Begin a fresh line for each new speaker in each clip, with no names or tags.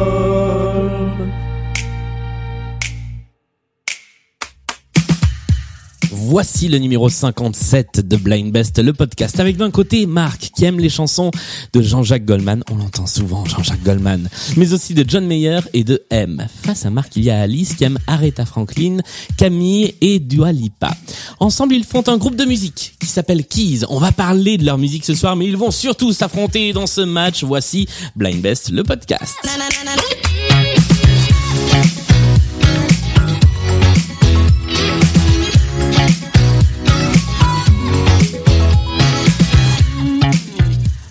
microstodome.
Voici le numéro 57 de Blind Best, le podcast avec d'un côté Marc qui aime les chansons de Jean-Jacques Goldman, on l'entend souvent Jean-Jacques Goldman, mais aussi de John Mayer et de M. Face à Marc, il y a Alice qui aime Aretha Franklin, Camille et Dua Lipa. Ensemble, ils font un groupe de musique qui s'appelle Keys. On va parler de leur musique ce soir, mais ils vont surtout s'affronter dans ce match. Voici Blind Best, le podcast.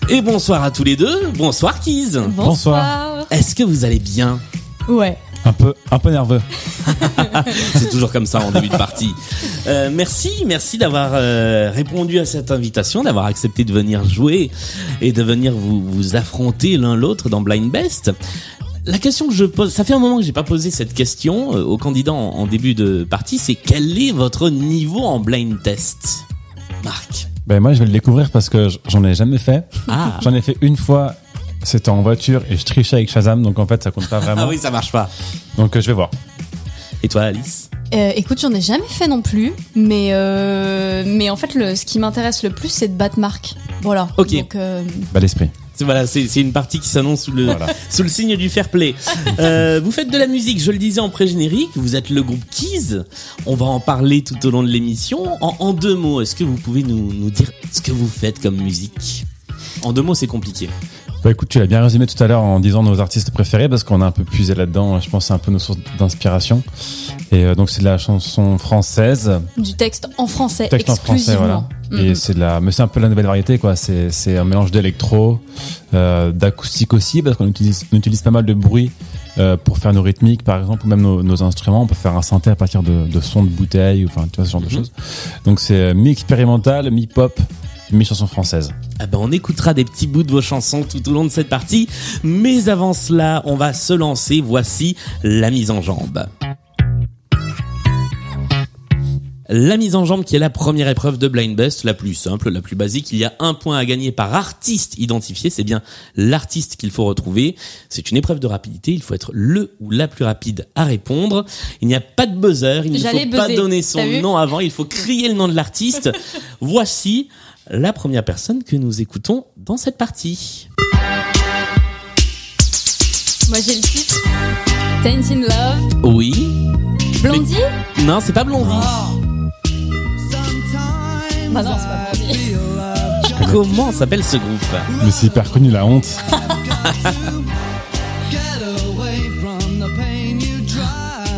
Et bonsoir à tous les deux. Bonsoir Keys.
Bonsoir.
Est-ce que vous allez bien
Ouais.
Un peu, un peu nerveux.
C'est toujours comme ça en début de partie. Euh, merci, merci d'avoir euh, répondu à cette invitation, d'avoir accepté de venir jouer et de venir vous, vous affronter l'un l'autre dans Blind Best. La question que je pose, ça fait un moment que j'ai pas posé cette question euh, aux candidats en, en début de partie, c'est quel est votre niveau en blind test, Marc
Ben moi, je vais le découvrir parce que j- j'en ai jamais fait.
Ah.
J'en ai fait une fois. C'était en voiture et je trichais avec Shazam, donc en fait, ça compte pas vraiment.
Ah oui, ça marche pas.
Donc euh, je vais voir.
Et toi, Alice
Euh, écoute, j'en ai jamais fait non plus, mais euh, mais en fait, le, ce qui m'intéresse le plus, c'est de battre Marc. Voilà.
Ok.
Donc, euh,
Bah l'esprit.
C'est voilà, c'est c'est une partie qui s'annonce sous le sous le signe du fair play. Euh, vous faites de la musique, je le disais en pré-générique. Vous êtes le groupe Keys. On va en parler tout au long de l'émission. En, en deux mots, est-ce que vous pouvez nous nous dire ce que vous faites comme musique En deux mots, c'est compliqué.
Bah écoute, tu l'as bien résumé tout à l'heure en disant nos artistes préférés parce qu'on a un peu puisé là-dedans. hein. Je pense que c'est un peu nos sources d'inspiration. Et euh, donc c'est de la chanson française,
du texte en
Euh,
français
texte en français, voilà.
exclusivement. Mhm.
Mm,
Et c'est de la, mais c'est un peu la nouvelle variété quoi. C'est c'est un mélange d'électro, euh, d'acoustique aussi parce qu'on utilise on utilise pas mal de bruit. euh, pour faire nos rythmiques par exemple ou même nos, nos instruments on peut faire un synthé à partir de, de sons de bouteilles ou enfin tu vois ce genre de
Mhm.
choses donc c'est euh, mi-expérimental mi-pop mi-chanson française
Ah ben on écoutera des petits bouts de vos chansons tout au long de cette partie. Mais avant cela, on va se lancer. Voici la mise en jambe. La mise en jambe qui est la première épreuve de Blind Best, la plus simple, la plus basique. Il y a un point à gagner par artiste identifié. C'est bien l'artiste qu'il faut retrouver. C'est une épreuve de rapidité. Il faut être le ou la plus rapide à répondre. Il n'y a pas de buzzer. Il ne
J'allais
faut pas
buzzer.
donner
T'as
son
vu
nom avant. Il faut crier le nom de l'artiste. Voici la première personne que nous écoutons dans cette partie.
Moi, j'ai le titre. Taint in Love.
Oui.
Blondie
Non, c'est pas Blondie.
Ah,
Bah non, c'est pas Blondie.
Comment s'appelle ce groupe
mais c'est hyper connu la honte Ah,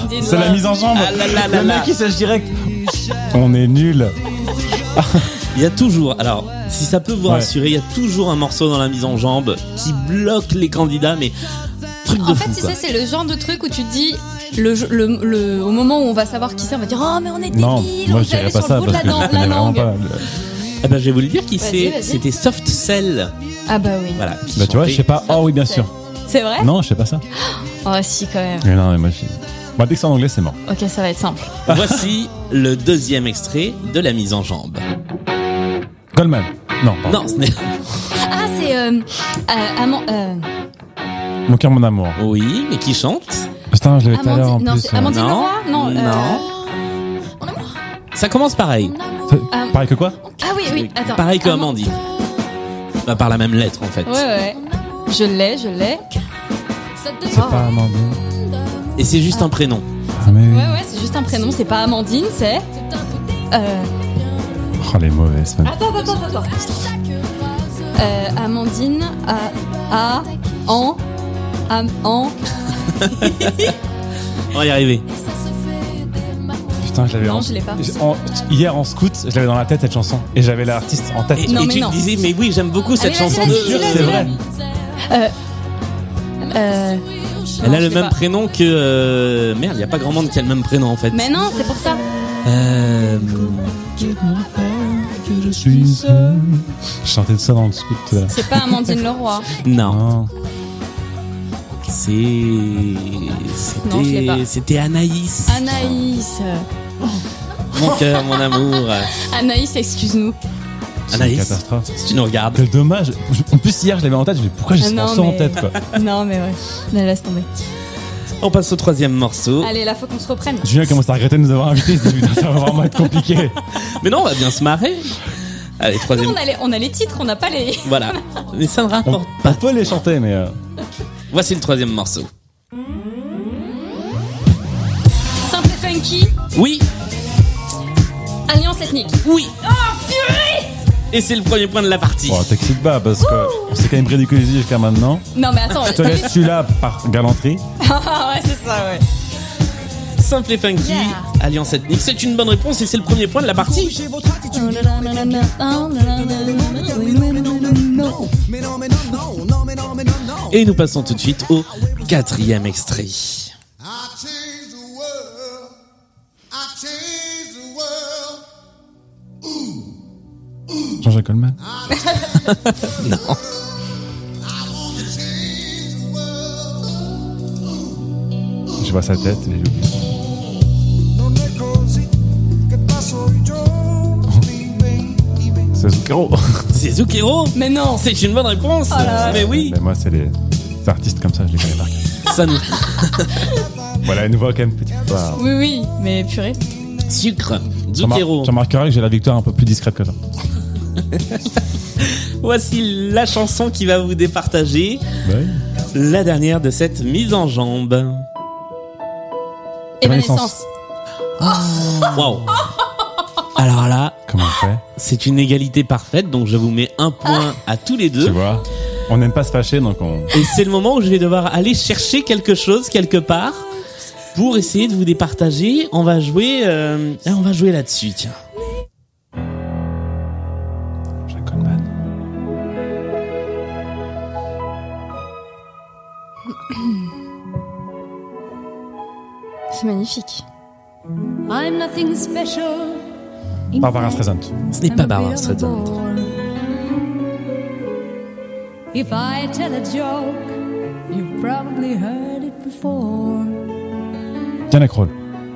c'est la mise en jambe
Ah là là là
Le mec,
là.
il sèche direct on est nul
Il y a toujours, alors, si ça peut vous
Ouais.
rassurer, il y a toujours un morceau dans la mise en jambe qui bloque les candidats, mais truc de fou
En fait, tu
quoi.
sais, c'est le genre de truc où tu te dis, le, le, le- au moment où on va savoir qui c'est, on va dire, oh, mais on est
non
débile,
moi
on
je dirais
est
pas
sur
ça
le bout de
parce
la,
que je
dent-
connais
la
vraiment
langue.
pas
Ah ben, je vais vous le dire qui
Vas-y,
c'est.
vas-y.
C'était Soft Cell.
Ah bah oui.
Voilà. qui
bah tu vois
chantait.
je sais pas oh oui bien sûr
C'est vrai
non je sais pas ça
Oh, si, quand même.
mais non mais moi je bah, dès que c'est en anglais c'est mort
Ok, ça va être simple.
Voici le deuxième extrait de la mise en jambe.
Goldman non, pardon.
Non, ce n'est.
Ah, c'est. Euh, euh, Amand- euh,
mon cœur mon amour
Oui, mais qui chante
putain je l'avais tout à l'heure en
Amandine, non,
plus
c'est Amandine
Non.
Leroy Non. euh,
Non.
Mon amour,
Ça commence pareil.
mon amour.
Ça-
Ah,
pareil que quoi
ah oui, oui, attends.
Pareil que
Amand-
Amandine. Bah, par la même lettre en fait.
Ouais, ouais. Je l'ai, je l'ai.
c'est
Oh.
pas Amandine
Et c'est juste un prénom.
ah mais oui.
Ouais, ouais, c'est juste un prénom, c'est pas Amandine, c'est. Euh,
oh les mauvais ça.
attends, attends, attends, attends. Euh, Amandine, A, A, An, Am, An.
On va y arriver.
Putain, je l'avais
Non,
en-
je l'ai pas.
en- Hier en scout, je l'avais dans la tête cette chanson et j'avais l'artiste en tête.
Et,
Non,
et
mais
tu
non.
te disais, mais oui, j'aime beaucoup cette
Allez, vas-y,
chanson
vas-y,
de.
dis-le,
C'est
dis-le.
vrai.
Euh,
Elle
non,
a
je
le
l'ai
même
pas.
prénom que. euh, Merde, il a pas grand monde qui a le même prénom en fait.
Mais non, c'est pour ça.
Euh,
Je chantais de ça dans le scout tout à l'heure.
C'est pas Amandine Leroy.
Non,
Non.
c'est.
Non, je l'ai
C'était.
pas.
C'était Anaïs.
Anaïs. euh,
Mon cœur, mon amour.
Anaïs, excuse-nous.
C'est une
Anaïs.
catastrophe.
Si tu nous regardes.
Quel dommage. En plus, hier, je l'avais en tête. Je me dis, pourquoi j'ai
Ah
ce
non,
morceau en
mais-
tête, quoi.
Non, mais ouais. Mais laisse tomber.
On passe au troisième morceau.
Allez, là, faut qu'on se reprenne.
Julien commence à regretter de nous avoir invités. Il se dit, putain, ça va vraiment être compliqué.
Mais non, on va bien se marrer. Allez,
Nous,
troisième.
on a les, on a les titres, on n'a pas les.
Voilà. Mais ça ne
On,
rapporte
on
pas.
peut les chanter, mais euh,
Voici le troisième morceau.
Simple et funky,
Oui,
alliance ethnique.
oui. Oh, purée Et c'est le premier point de la partie.
bon, t'excites pas parce que c'est quand même ridiculisé jusqu'à maintenant.
Non, mais attends.
Je te laisse celui-là par galanterie.
Ah ouais, c'est ça, ouais.
Simple et funky,
Yeah.
alliance ethnique. C'est une bonne réponse et c'est le premier point de la partie.
Corrigez votre attitude. Mais non, mais non, non, non, mais non, mais non, non.
Et nous passons tout de suite au quatrième extrait.
I changed the world. I changed the world.
Jean-Jacques Coleman.
I want to change the world.
Je vois sa tête. et j'ai oublié.
Non è così che passo i giorni miei, i miei.
C'est Zucchero.
C'est Zucchero
Mais non. Oh
C'est une bonne réponse
là là.
Mais oui
Mais moi, c'est les les artistes comme ça, je les connais par cœur.
Ça nous...
Voilà, une voix quand même petite. Wow.
Oui, oui, mais purée.
Sucre,
Tu remar-
Zucchero.
tu remarqueras que j'ai la victoire un peu plus discrète que toi.
Voici la chanson qui va vous départager.
Bah Oui.
La dernière de cette mise en jambe.
Evanescence.
Waouh Alors là,
Comment on fait
c'est une égalité parfaite, donc je vous mets un point à tous les
Tu
deux.
vois On n'aime pas se fâcher, donc on.
Et c'est le moment où je vais devoir aller chercher quelque chose quelque part pour essayer de vous départager. On va jouer, euh, ah, on va jouer là-dessus. Tiens,
Jean-Jacques Goldman.
C'est magnifique.
I'm nothing special. In
Barbara
fact,
Streisand.
ce n'est
I'm
pas
a
Barbara
bit of a
Streisand.
bore. If I tell a joke, you've probably heard it before.
Diana Kroll.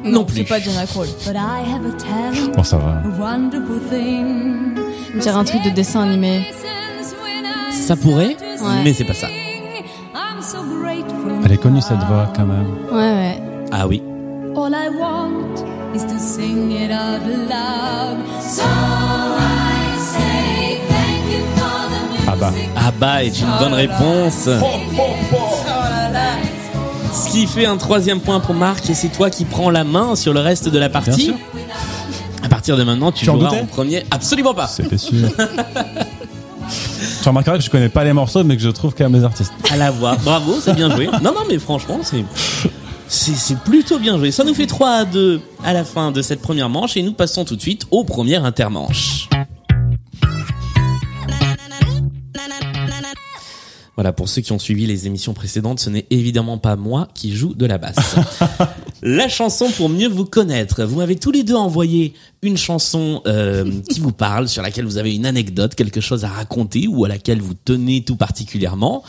Non plus.
C'est pas Diana Krall.
But I have a talent,
Bon, ça va.
a wonderful thing.
On dirait un truc de dessin animé.
Ça pourrait, mais c'est pas ça.
I'm so grateful.
Elle est connue cette voix quand même.
Ouais, ouais.
Ah oui.
All I want is to sing it out loud. So I say thank you for the music.
Ah bah.
Ah bah est une bonne réponse. Ce qui fait un troisième point pour Marc et c'est toi qui prends la main sur le reste de la partie.
sûr.
À partir de maintenant, tu,
Tu en
joueras
doutais
en premier. Absolument pas.
C'était sûr. tu remarqueras que je connais pas les morceaux, mais que je trouve quand même les artistes.
À la voix. Bravo, c'est bien joué. Non, non, mais franchement, c'est. C'est c'est plutôt bien joué. Ça nous fait 3 à 2 à la fin de cette première manche et nous passons tout de suite aux premières intermanches. Voilà, pour ceux qui ont suivi les émissions précédentes, ce n'est évidemment pas moi qui joue de la basse. la chanson pour mieux vous connaître. Vous m'avez tous les deux envoyé une chanson euh, qui vous parle, sur laquelle vous avez une anecdote, quelque chose à raconter ou à laquelle vous tenez tout particulièrement.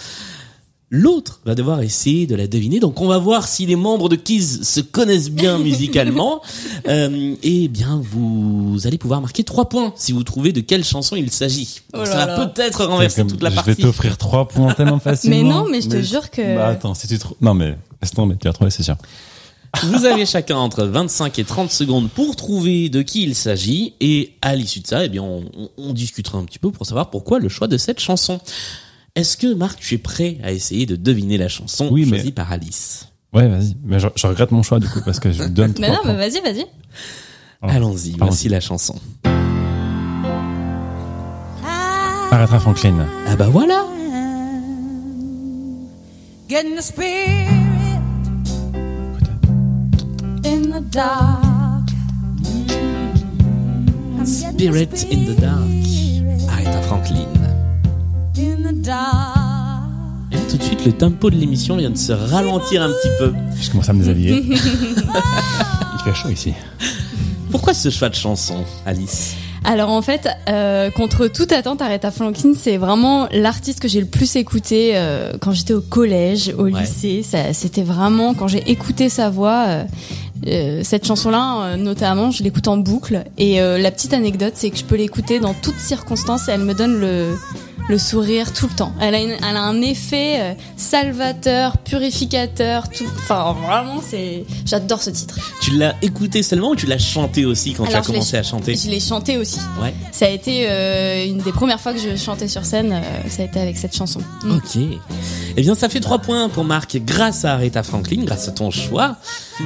L'autre va devoir essayer de la deviner. Donc on va voir si les membres de Kiss se connaissent bien musicalement. Euh, et bien vous allez pouvoir marquer trois points si vous trouvez de quelle chanson il s'agit. Donc,
Oh là
ça va
là.
peut-être renverser toute la
je
partie.
vais t'offrir trois points tellement facilement.
Mais non, mais je te jure que-
Bah attends, si tu trouves. Non, mais laisse tomber, tu vas trouver, c'est sûr.
Vous avez chacun entre 25 et 30 secondes pour trouver de qui il s'agit et à l'issue de ça, eh bien, on, on- on discutera un petit peu pour savoir pourquoi le choix de cette chanson. Est-ce que Marc, tu es prêt à essayer de deviner la chanson
Oui, mais-
choisie par Alice
Ouais, vas-y. Mais je, je regrette mon choix du coup parce que je lui donne
Mais
trois
non, mais
points.
vas-y, vas-y.
Oh.
Allons-y,
Pardon.
voici la chanson.
Aretha Franklin.
Ah bah voilà
Get in the spirit in the dark. Mm.
Spirit in the dark, Aretha Franklin.
In the dark.
Et là, tout de suite, le tempo de l'émission vient de se ralentir un petit peu.
Je commence à me déshabiller. Il fait chaud ici.
Pourquoi ce choix de chanson, Alice
Alors en fait, euh, contre toute attente, Aretha Franklin, c'est vraiment l'artiste que j'ai le plus écouté euh, quand j'étais au collège, au
Ouais.
lycée. Ça, C'était vraiment quand j'ai écouté sa voix, euh, euh, cette chanson-là, euh, notamment, je l'écoute en boucle. Et euh, la petite anecdote, c'est que je peux l'écouter dans toutes circonstances et elle me donne le, le sourire tout le temps. Elle a, une- elle a un effet euh, salvateur, purificateur, tout. Enfin, vraiment, c'est. J'adore ce titre.
Tu l'as écouté seulement ou tu l'as chanté aussi quand
Alors,
tu
je
as
l'ai-
commencé à chanter
Je l'ai chanté aussi.
Ouais.
Ça a été euh, une des premières fois que je chantais sur scène, euh, ça a été avec cette chanson. Mm.
Ok. Eh bien, ça fait 3 points pour Marc grâce à Aretha Franklin, grâce à ton choix.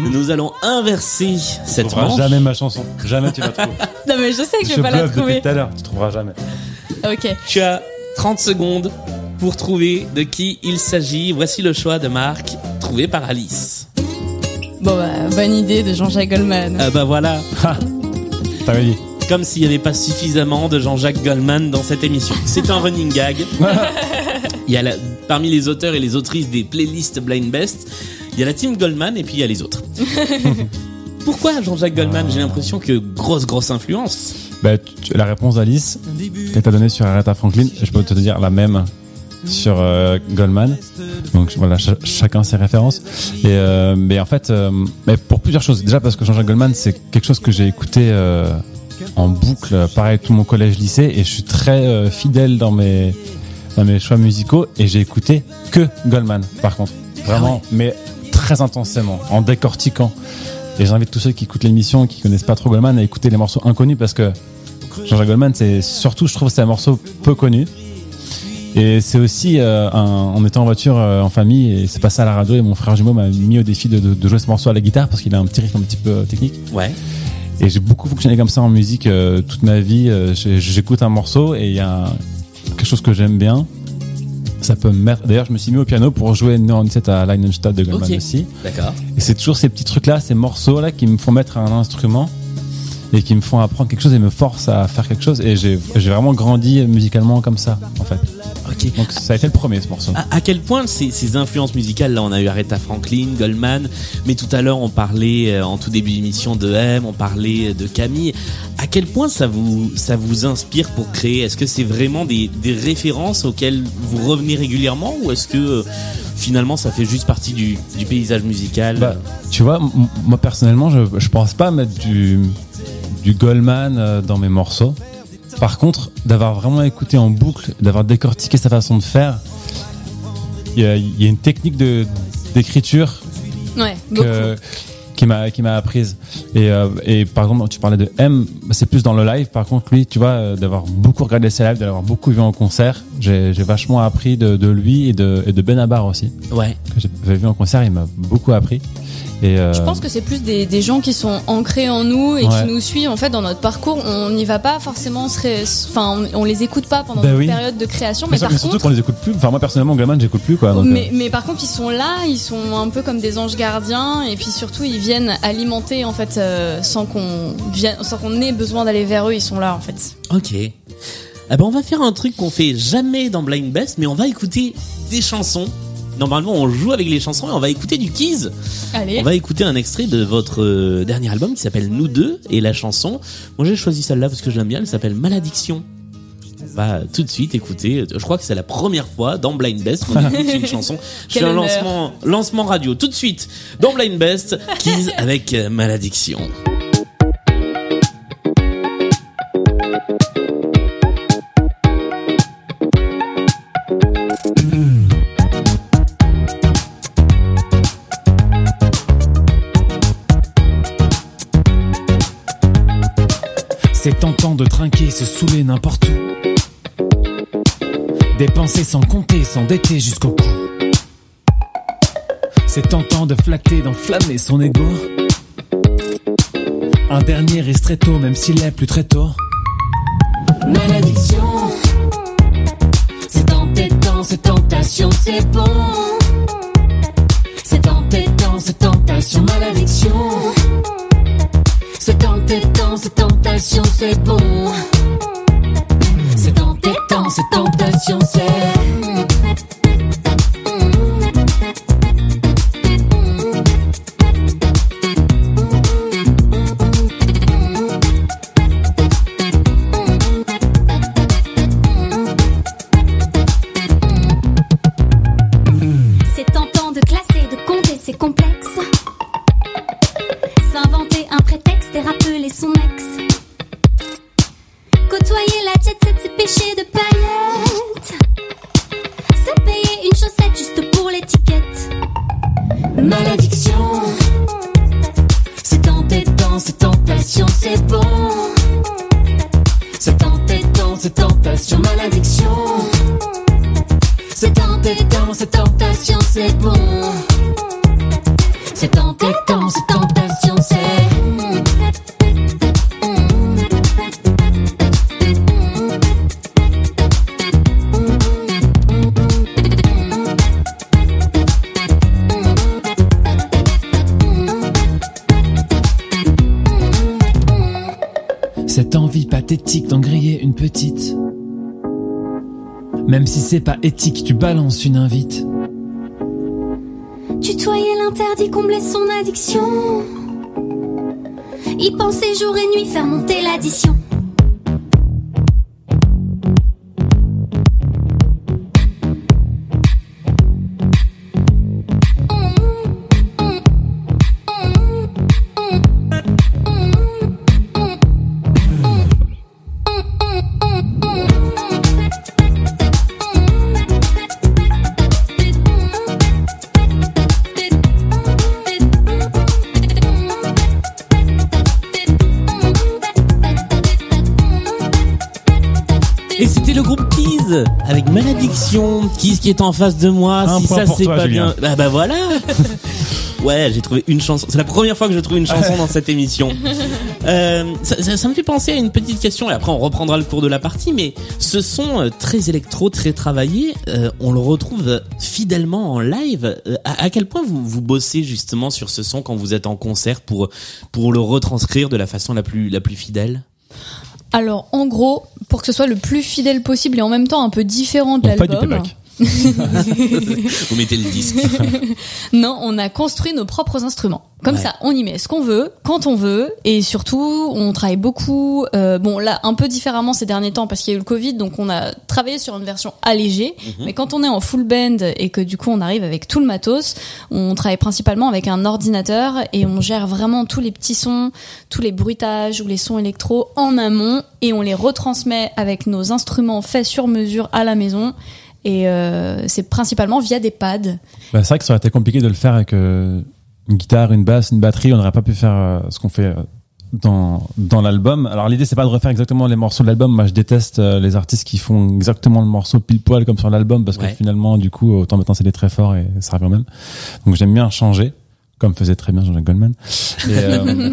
Nous allons inverser
Tu
cette
trouveras
manche.
jamais ma chanson. Jamais tu la trouves.
Non, mais je sais que je
Je
vais pas la
bluffe
trouver.
depuis tout à l'heure. Tu trouveras jamais.
Ok.
Tu as 30 secondes pour trouver de qui il s'agit. Voici le choix de Marc, trouvé par Alice.
Bon, bah, bonne idée de Jean-Jacques Goldman.
Euh,
Ah bah voilà,
T'avais dit.
comme s'il n'y avait pas suffisamment de Jean-Jacques Goldman dans cette émission. C'est un running gag. Il y a la- parmi les auteurs et les autrices des playlists Blind Best, il y a la team Goldman et puis il y a les autres. Pourquoi Jean-Jacques Goldman J'ai l'impression que grosse grosse influence.
Bah, tu- tu- la réponse d'Alice qu'elle t'a donnée sur Aretha Franklin, je peux te dire la même sur euh, Goldman. Donc voilà, cha- chacun ses références. Et euh, mais en fait, euh, mais pour plusieurs choses. Déjà parce que Jean-Jacques Goldman, c'est quelque chose que j'ai écouté euh, en boucle, euh, pareil tout mon collège, lycée, et je suis très euh, fidèle dans mes dans mes choix musicaux. Et j'ai écouté que Goldman, par contre, vraiment, mais très intensément, en décortiquant. Et j'invite tous ceux qui écoutent l'émission, qui connaissent pas trop Goldman, à écouter les morceaux inconnus parce que Jean-Jacques Goldman, c'est surtout, je trouve, c'est un morceau peu connu. Et c'est aussi, euh, un- on était en voiture euh, en famille et c'est passé à la radio et mon frère jumeau m'a mis au défi de, de- de jouer ce morceau à la guitare parce qu'il a un petit rythme un petit peu euh, technique.
Ouais.
Et j'ai beaucoup fonctionné comme ça en musique euh, toute ma vie. Euh, j'ai- J'écoute un morceau et il y a quelque chose que j'aime bien. Ça peut me mettre. D'ailleurs, je me suis mis au piano pour jouer No 17 à Leinenstadt de Goldman
Ok.
aussi.
D'accord.
Et c'est toujours ces petits trucs-là, ces morceaux-là qui me font mettre à un instrument et qui me font apprendre quelque chose et me forcent à faire quelque chose. Et j'ai j'ai vraiment grandi musicalement comme ça, en fait.
Ok. Ah.
Donc ça a été le premier, ce morceau.
À, à quel point ces, ces influences musicales, là on a eu Aretha Franklin, Goldman, mais tout à l'heure on parlait euh, en tout début d'émission de M, on parlait euh, de Camille, à quel point ça vous, ça vous inspire pour créer Est-ce que c'est vraiment des, des références auxquelles vous revenez régulièrement ou est-ce que euh, finalement ça fait juste partie du, du paysage musical
Bah, tu vois, m- moi personnellement, je, je pense pas mettre du, du Goldman euh, dans mes morceaux. Par contre, d'avoir vraiment écouté en boucle, d'avoir décortiqué sa façon de faire, il y a, il y a une technique de- d'écriture
Ouais, beaucoup.
que- qui m'a qui m'a apprise et, euh, et par exemple tu parlais de M c'est plus dans le live par contre lui tu vois euh, d'avoir beaucoup regardé ses lives d'avoir beaucoup vu en concert j'ai j'ai vachement appris de, de lui et de, et de Benabar aussi
Ouais,
que j'avais vu en concert il m'a beaucoup appris et euh,
Je pense que c'est plus des, des gens qui sont ancrés en nous et
Ouais.
qui nous suivent en fait dans notre parcours. On n'y va pas forcément, on se ré- enfin on, on les écoute pas pendant
Bah
une
oui.
période de création,
mais
mais,
sur-
par
mais surtout
contre,
qu'on les écoute plus enfin moi personnellement Goldman j'écoute plus quoi donc, euh,
mais, mais par contre ils sont là, ils sont un peu comme des anges gardiens et puis surtout ils viennent alimenter en fait euh, sans qu'on vienne, sans qu'on ait besoin d'aller vers eux, ils sont là en fait.
ok. Ah ben on va faire un truc qu'on fait jamais dans Blind Best, mais on va écouter des chansons. Normalement on joue avec les chansons et on va écouter du Keys.
Allez.
On va écouter un extrait de votre euh, dernier album qui s'appelle Nous deux et la chanson. Moi j'ai choisi celle-là parce que je l'aime bien, elle s'appelle Maladiction. On va tout de suite écouter, je crois que c'est la première fois dans Blind Best qu'on écoute une chanson. Je fais
Quel
un
honneur.
lancement, lancement radio tout de suite dans Blind Best, Keys avec euh, Maladiction.
C'est tentant de trinquer, se saouler n'importe où. Dépenser sans compter,
euh.
s'endetter jusqu'au cou. C'est tentant de flatter, d'enflammer son ego. Un dernier ristretto, même s'il est plus très tôt.
Malédiction, c'est entêtant, c'est tentation, c'est bon. C'est entêtant, c'est tentation, malédiction. C'est entêtant, c'est tentation, c'est bon. C'est entêtant, c'est tentation, c'est.
C'est tentant de classer, de compter, c'est complexe. dépêcher de paillettes. Se payer une chaussette juste pour l'étiquette. Malédiction, c'est entêtant, c'est tentation, c'est bon. C'est entêtant, c'est tentation, malédiction. C'est entêtant, c'est tentation, c'est bon. C'est entêtant, c'est tentation, c'est.
Cette envie pathétique d'en griller une petite. Même si c'est pas éthique, tu balances une invite.
Tutoyer l'interdit, combler son addiction. Y penser jour et nuit, faire monter l'addition.
Et c'était le groupe Keys avec Malédiction. Keys qui est en face de moi.
Un
si
point
ça
pour
c'est
toi,
pas
Julien.
bien, bah bah voilà. ouais, j'ai trouvé une chanson. C'est la première fois que je trouve une chanson dans cette émission. Euh, ça, ça- ça me fait penser à une petite question. Et après on reprendra le cours de la partie. Mais ce son euh, très électro, très travaillé, euh, on le retrouve euh, fidèlement en live. Euh, à, à quel point vous vous bossez justement sur ce son quand vous êtes en concert pour pour le retranscrire de la façon la plus la plus fidèle
Alors, en gros, pour que ce soit le plus fidèle possible et en même temps un peu différent de
Donc pas du
l'album.
playback.
Vous mettez le disque.
Non, on a construit nos propres instruments. Comme
Ouais.
ça, on y met ce qu'on veut, quand on veut, et surtout, on travaille beaucoup. euh, bon, là, un peu différemment ces derniers temps parce qu'il y a eu le Covid, donc on a travaillé sur une version allégée. Mais quand on est en full band et que du coup on arrive avec tout le matos, on travaille principalement avec un ordinateur et on gère vraiment tous les petits sons, tous les bruitages ou les sons électro en amont et on les retransmet avec nos instruments faits sur mesure à la maison. Et euh, c'est principalement via des pads.
Bah, c'est vrai que ça aurait été compliqué de le faire avec euh, une guitare, une basse, une batterie. On n'aurait pas pu faire euh, ce qu'on fait euh, dans, dans l'album. Alors l'idée, c'est pas de refaire exactement les morceaux de l'album. Moi, je déteste euh, les artistes qui font exactement le morceau pile poil comme sur l'album parce
Ouais.
que finalement, du coup, autant mettre un CD très fort et ça revient au même. Donc j'aime bien changer, comme faisait très bien Jean-Jacques Goldman. Et, euh,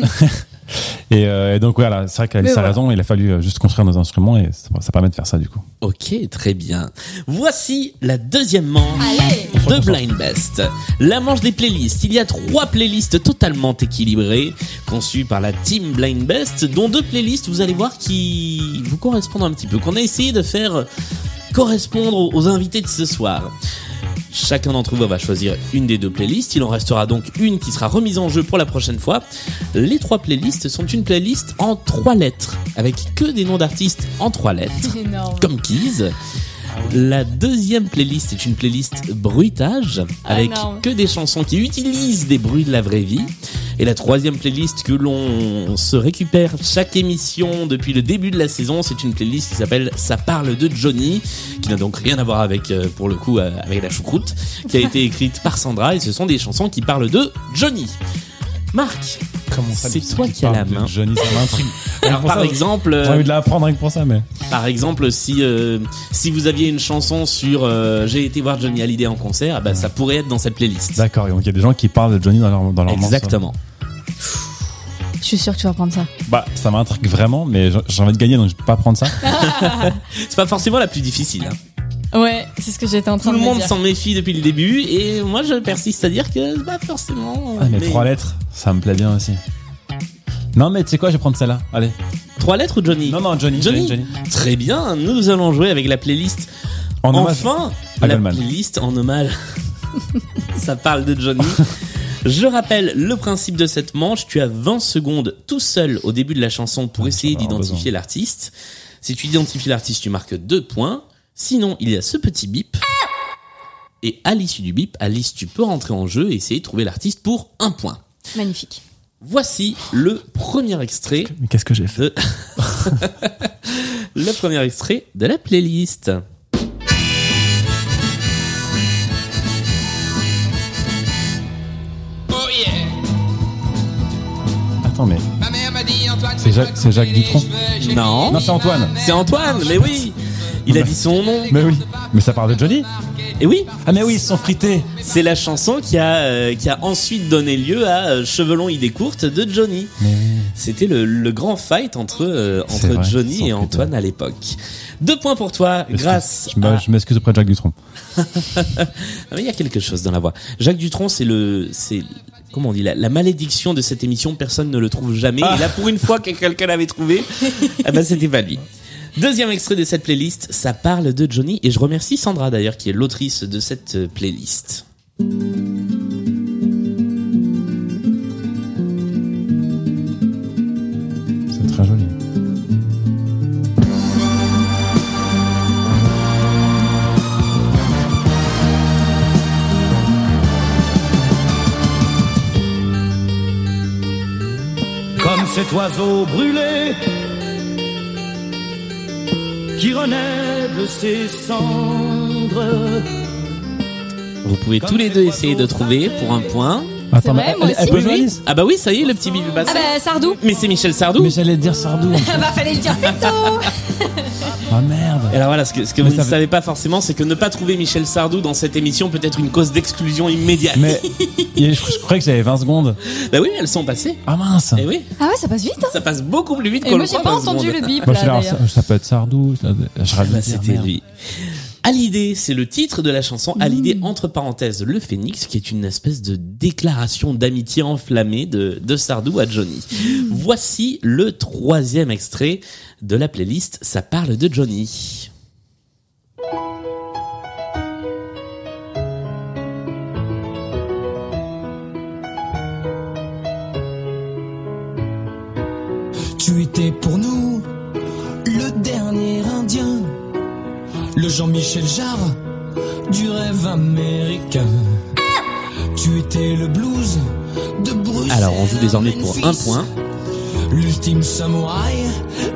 et, euh, et donc voilà, c'est vrai qu'Alice a raison. Il a fallu euh, juste construire nos instruments et ça, ça permet de faire ça du coup.
Ok, très bien. Voici la deuxième manche
Allez
de Blind Best. La manche des playlists. Il y a trois playlists totalement équilibrées, conçues par la team Blind Best, dont deux playlists, vous allez voir, qui vous correspondent un petit peu, qu'on a essayé de faire correspondre aux invités de ce soir. Chacun d'entre vous va choisir une des deux playlists. Il en restera donc une qui sera remise en jeu pour la prochaine fois. Les trois playlists sont une playlist en trois lettres, avec que des noms d'artistes en trois lettres
Énorme.
comme Keys. La deuxième playlist est une playlist bruitage avec
Ah non.
que des chansons qui utilisent des bruits de la vraie vie. Et la troisième playlist que l'on se récupère chaque émission depuis le début de la saison, c'est une playlist qui s'appelle Ça parle de Johnny, qui n'a donc rien à voir avec, euh, pour le coup, euh, avec la choucroute, qui a été écrite par Sandra et ce sont des chansons qui parlent de Johnny. Marc,
Comment
ça, C'est toi qui as la main.
Johnny, ça m'intrigue.
alors par exemple, euh,
J'ai envie de l'apprendre rien que pour ça, mais.
Par exemple, si euh, si vous aviez une chanson sur euh, j'ai été voir Johnny Hallyday en concert, eh ben, ça pourrait être dans cette playlist.
D'accord, et donc il y a des gens qui parlent de Johnny dans leur, dans leur morceau.
Exactement.
Je suis sûre que tu vas prendre ça.
Bah, ça m'intrigue vraiment, mais j'ai- j'ai envie de gagner, donc je peux pas prendre ça.
C'est pas forcément la plus difficile. hein.
Ouais, c'est ce que j'étais en train
Tout le
de me
monde
dire.
s'en méfie depuis le début et moi je persiste à dire que c'est pas forcément.
Ah, mais
mais-
trois lettres, ça me plaît bien aussi. Non, mais tu sais quoi, je vais prendre celle-là. Allez.
Trois lettres ou Johnny
Non, non, Johnny, Johnny,
Johnny.
Johnny.
Très bien, nous allons jouer avec la playlist.
En hommage.
enfin,
à
la
Goldman.
playlist en hommage. Ça parle de Johnny. Je rappelle le principe de cette manche. Tu as 20 secondes tout seul au début de la chanson pour
Ouais,
essayer
ça va avoir
d'identifier l'artiste. Si tu identifies l'artiste, tu marques deux points. Sinon, il y a ce petit bip. Et à l'issue du bip, Alice, tu peux rentrer en jeu et essayer de trouver l'artiste pour un point.
Magnifique.
Voici le premier extrait
Mais qu'est-ce que j'ai fait
de Le premier extrait de la playlist.
Oh yeah
Attends, mais.
Ma mère m'a dit Antoine,
C'est Jacques- c'est Jacques Dutronc
Non.
Non, c'est Antoine.
C'est Antoine, mais oui Il a dit son nom.
Mais oui. Mais ça parle de Johnny
Et oui,
Ah, mais oui, ils se sont frités.
c'est la chanson qui a, euh, qui a ensuite donné lieu à euh, Chevelon idée courte de Johnny. C'était le, le grand fight entre, euh,
C'est
entre
vrai,
Johnny
sans
et
plus,
Antoine
ouais.
à l'époque. Deux points pour toi, grâce
Je me-
à...
je m'excuse auprès de Jacques Dutronc.
Ah, mais Il y a quelque chose dans la voix. Jacques Dutronc, c'est le... c'est Comment on dit la, la malédiction de cette émission, personne ne le trouve jamais.
Ah.
Et là, Ah. pour une fois que quelqu'un l'avait trouvé, ah ben, c'était pas lui. Deuxième extrait de cette playlist, ça parle de Johnny. Et je remercie Sandra d'ailleurs, qui est l'autrice de cette euh, playlist.
C'est très joli.
Comme cet oiseau brûlé qui renaît de ses cendres.
Vous pouvez tous les deux essayer de trouver pour un point.
Attends,
vrai, moi
elle- elle
aussi.
peut
Oui,
jouer,
oui.
Alice
Ah bah oui, ça y est, le petit bip est passé.
Ah bah, Sardou
Mais c'est Michel Sardou.
Mais j'allais dire Sardou.
Ah bah, fallait le dire plus tôt
Ah merde.
Et alors voilà, ce que, ce que
Mais
vous ne
ça veut-
savez pas forcément, c'est que ne pas trouver Michel Sardou dans cette émission peut être une cause d'exclusion immédiate.
Mais et je, je croyais que j'avais 20 secondes.
Bah oui, elles sont passées.
Ah mince.
Et oui,
Ah ouais, ça passe vite hein.
ça passe beaucoup plus vite
Et
qu'on
moi
le
j'ai
croit.
pas
20
entendu le
secondes.
bip là
Moi, je suis là, alors,
d'ailleurs.
ça, ça peut être Sardou. ça- Je
Ah
rêve
bah, c'était lui. Hallyday, c'est le titre de la chanson
Mmh.
Hallyday entre parenthèses le phénix qui est une espèce de déclaration d'amitié enflammée de, de Sardou à Johnny.
Mmh.
Voici le troisième extrait de la playlist Ça parle de Johnny.
Tu étais pour nous le dernier Indien, le Jean-Michel Jarre du rêve américain. Tu étais le blues de Bruxelles.
Alors on joue désormais
à
pour
Memphis,
un point.
L'ultime samouraï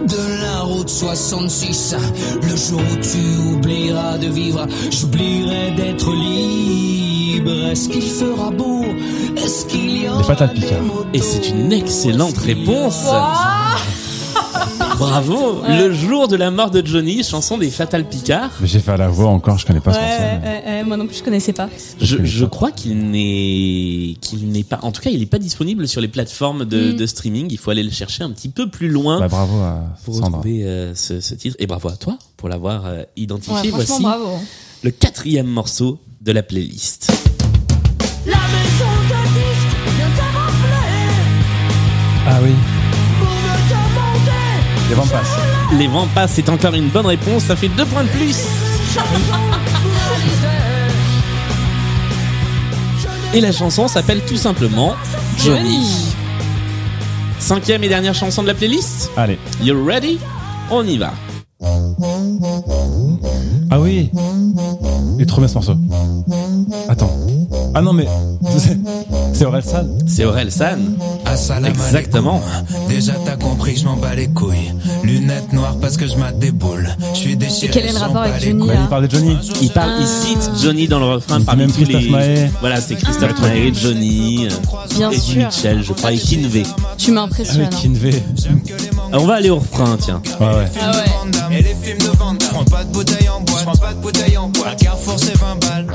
de la route 66. Le jour où tu oublieras de vivre, j'oublierai d'être libre. Est-ce qu'il fera beau Est-ce qu'il y aura
patates
des
Picard.
motos
hein. Et c'est une excellente
Est-ce qu'il y
réponse. Bravo, le jour de la mort de Johnny, chanson des Fatal Picard.
Mais J'ai fait à la voix encore, je connais pas
Ouais,
ce morceau. mais-
ouais, ouais, moi non plus je connaissais pas.
Je,
connais
je
pas.
crois qu'il n'est qu'il n'est pas en tout cas il n'est pas disponible sur les plateformes de,
Mm.
de streaming il faut aller le chercher un petit peu plus loin
Bah, bravo à
pour
Sandra.
retrouver euh, ce, ce titre et bravo à toi pour l'avoir euh,
Ouais,
identifié
franchement
voici
bravo.
le quatrième morceau de la playlist
La maison de disque vient de rappeler.
Ah oui.
Vous me demandez
Les vents passent.
les vents passent c'est encore une bonne réponse ça fait deux points de plus et la chanson s'appelle tout simplement Johnny cinquième et dernière chanson de la playlist
Allez.
you ready on y va
Ah oui. Il est trop bien ce morceau. Attends. Ah non mais c'est- c'est Aurel San.
c'est Aurel San
Assalam
Exactement.
alaikum. Déjà t'as compris, je m'en bats les couilles. Lunettes noires parce que je mate des boules. Je suis déchiré.
Et quel est le
j'en
rapport
bats
avec
les
Johnny,
couilles.
hein
Bah, il parle de Johnny.
Il parle, il cite Johnny dans le refrain
C'est
parmi
même
tous les.
Christophe Maé.
Voilà, c'est Christophe Maé, Johnny, euh,
Ah. Bien
Eddie
sûr.
Mitchell, je crois, et Kinvey.
Tu
Ah oui,
m'impressionnes. hein.
Kinvey.
Ah, on va aller au refrain, tiens.
Ouais ouais.
Ah ouais.
Et les films de Van Damme. Prends pas de bouteille en bois, prends pas de bouteille en bois. Carrefour c'est 20 balles.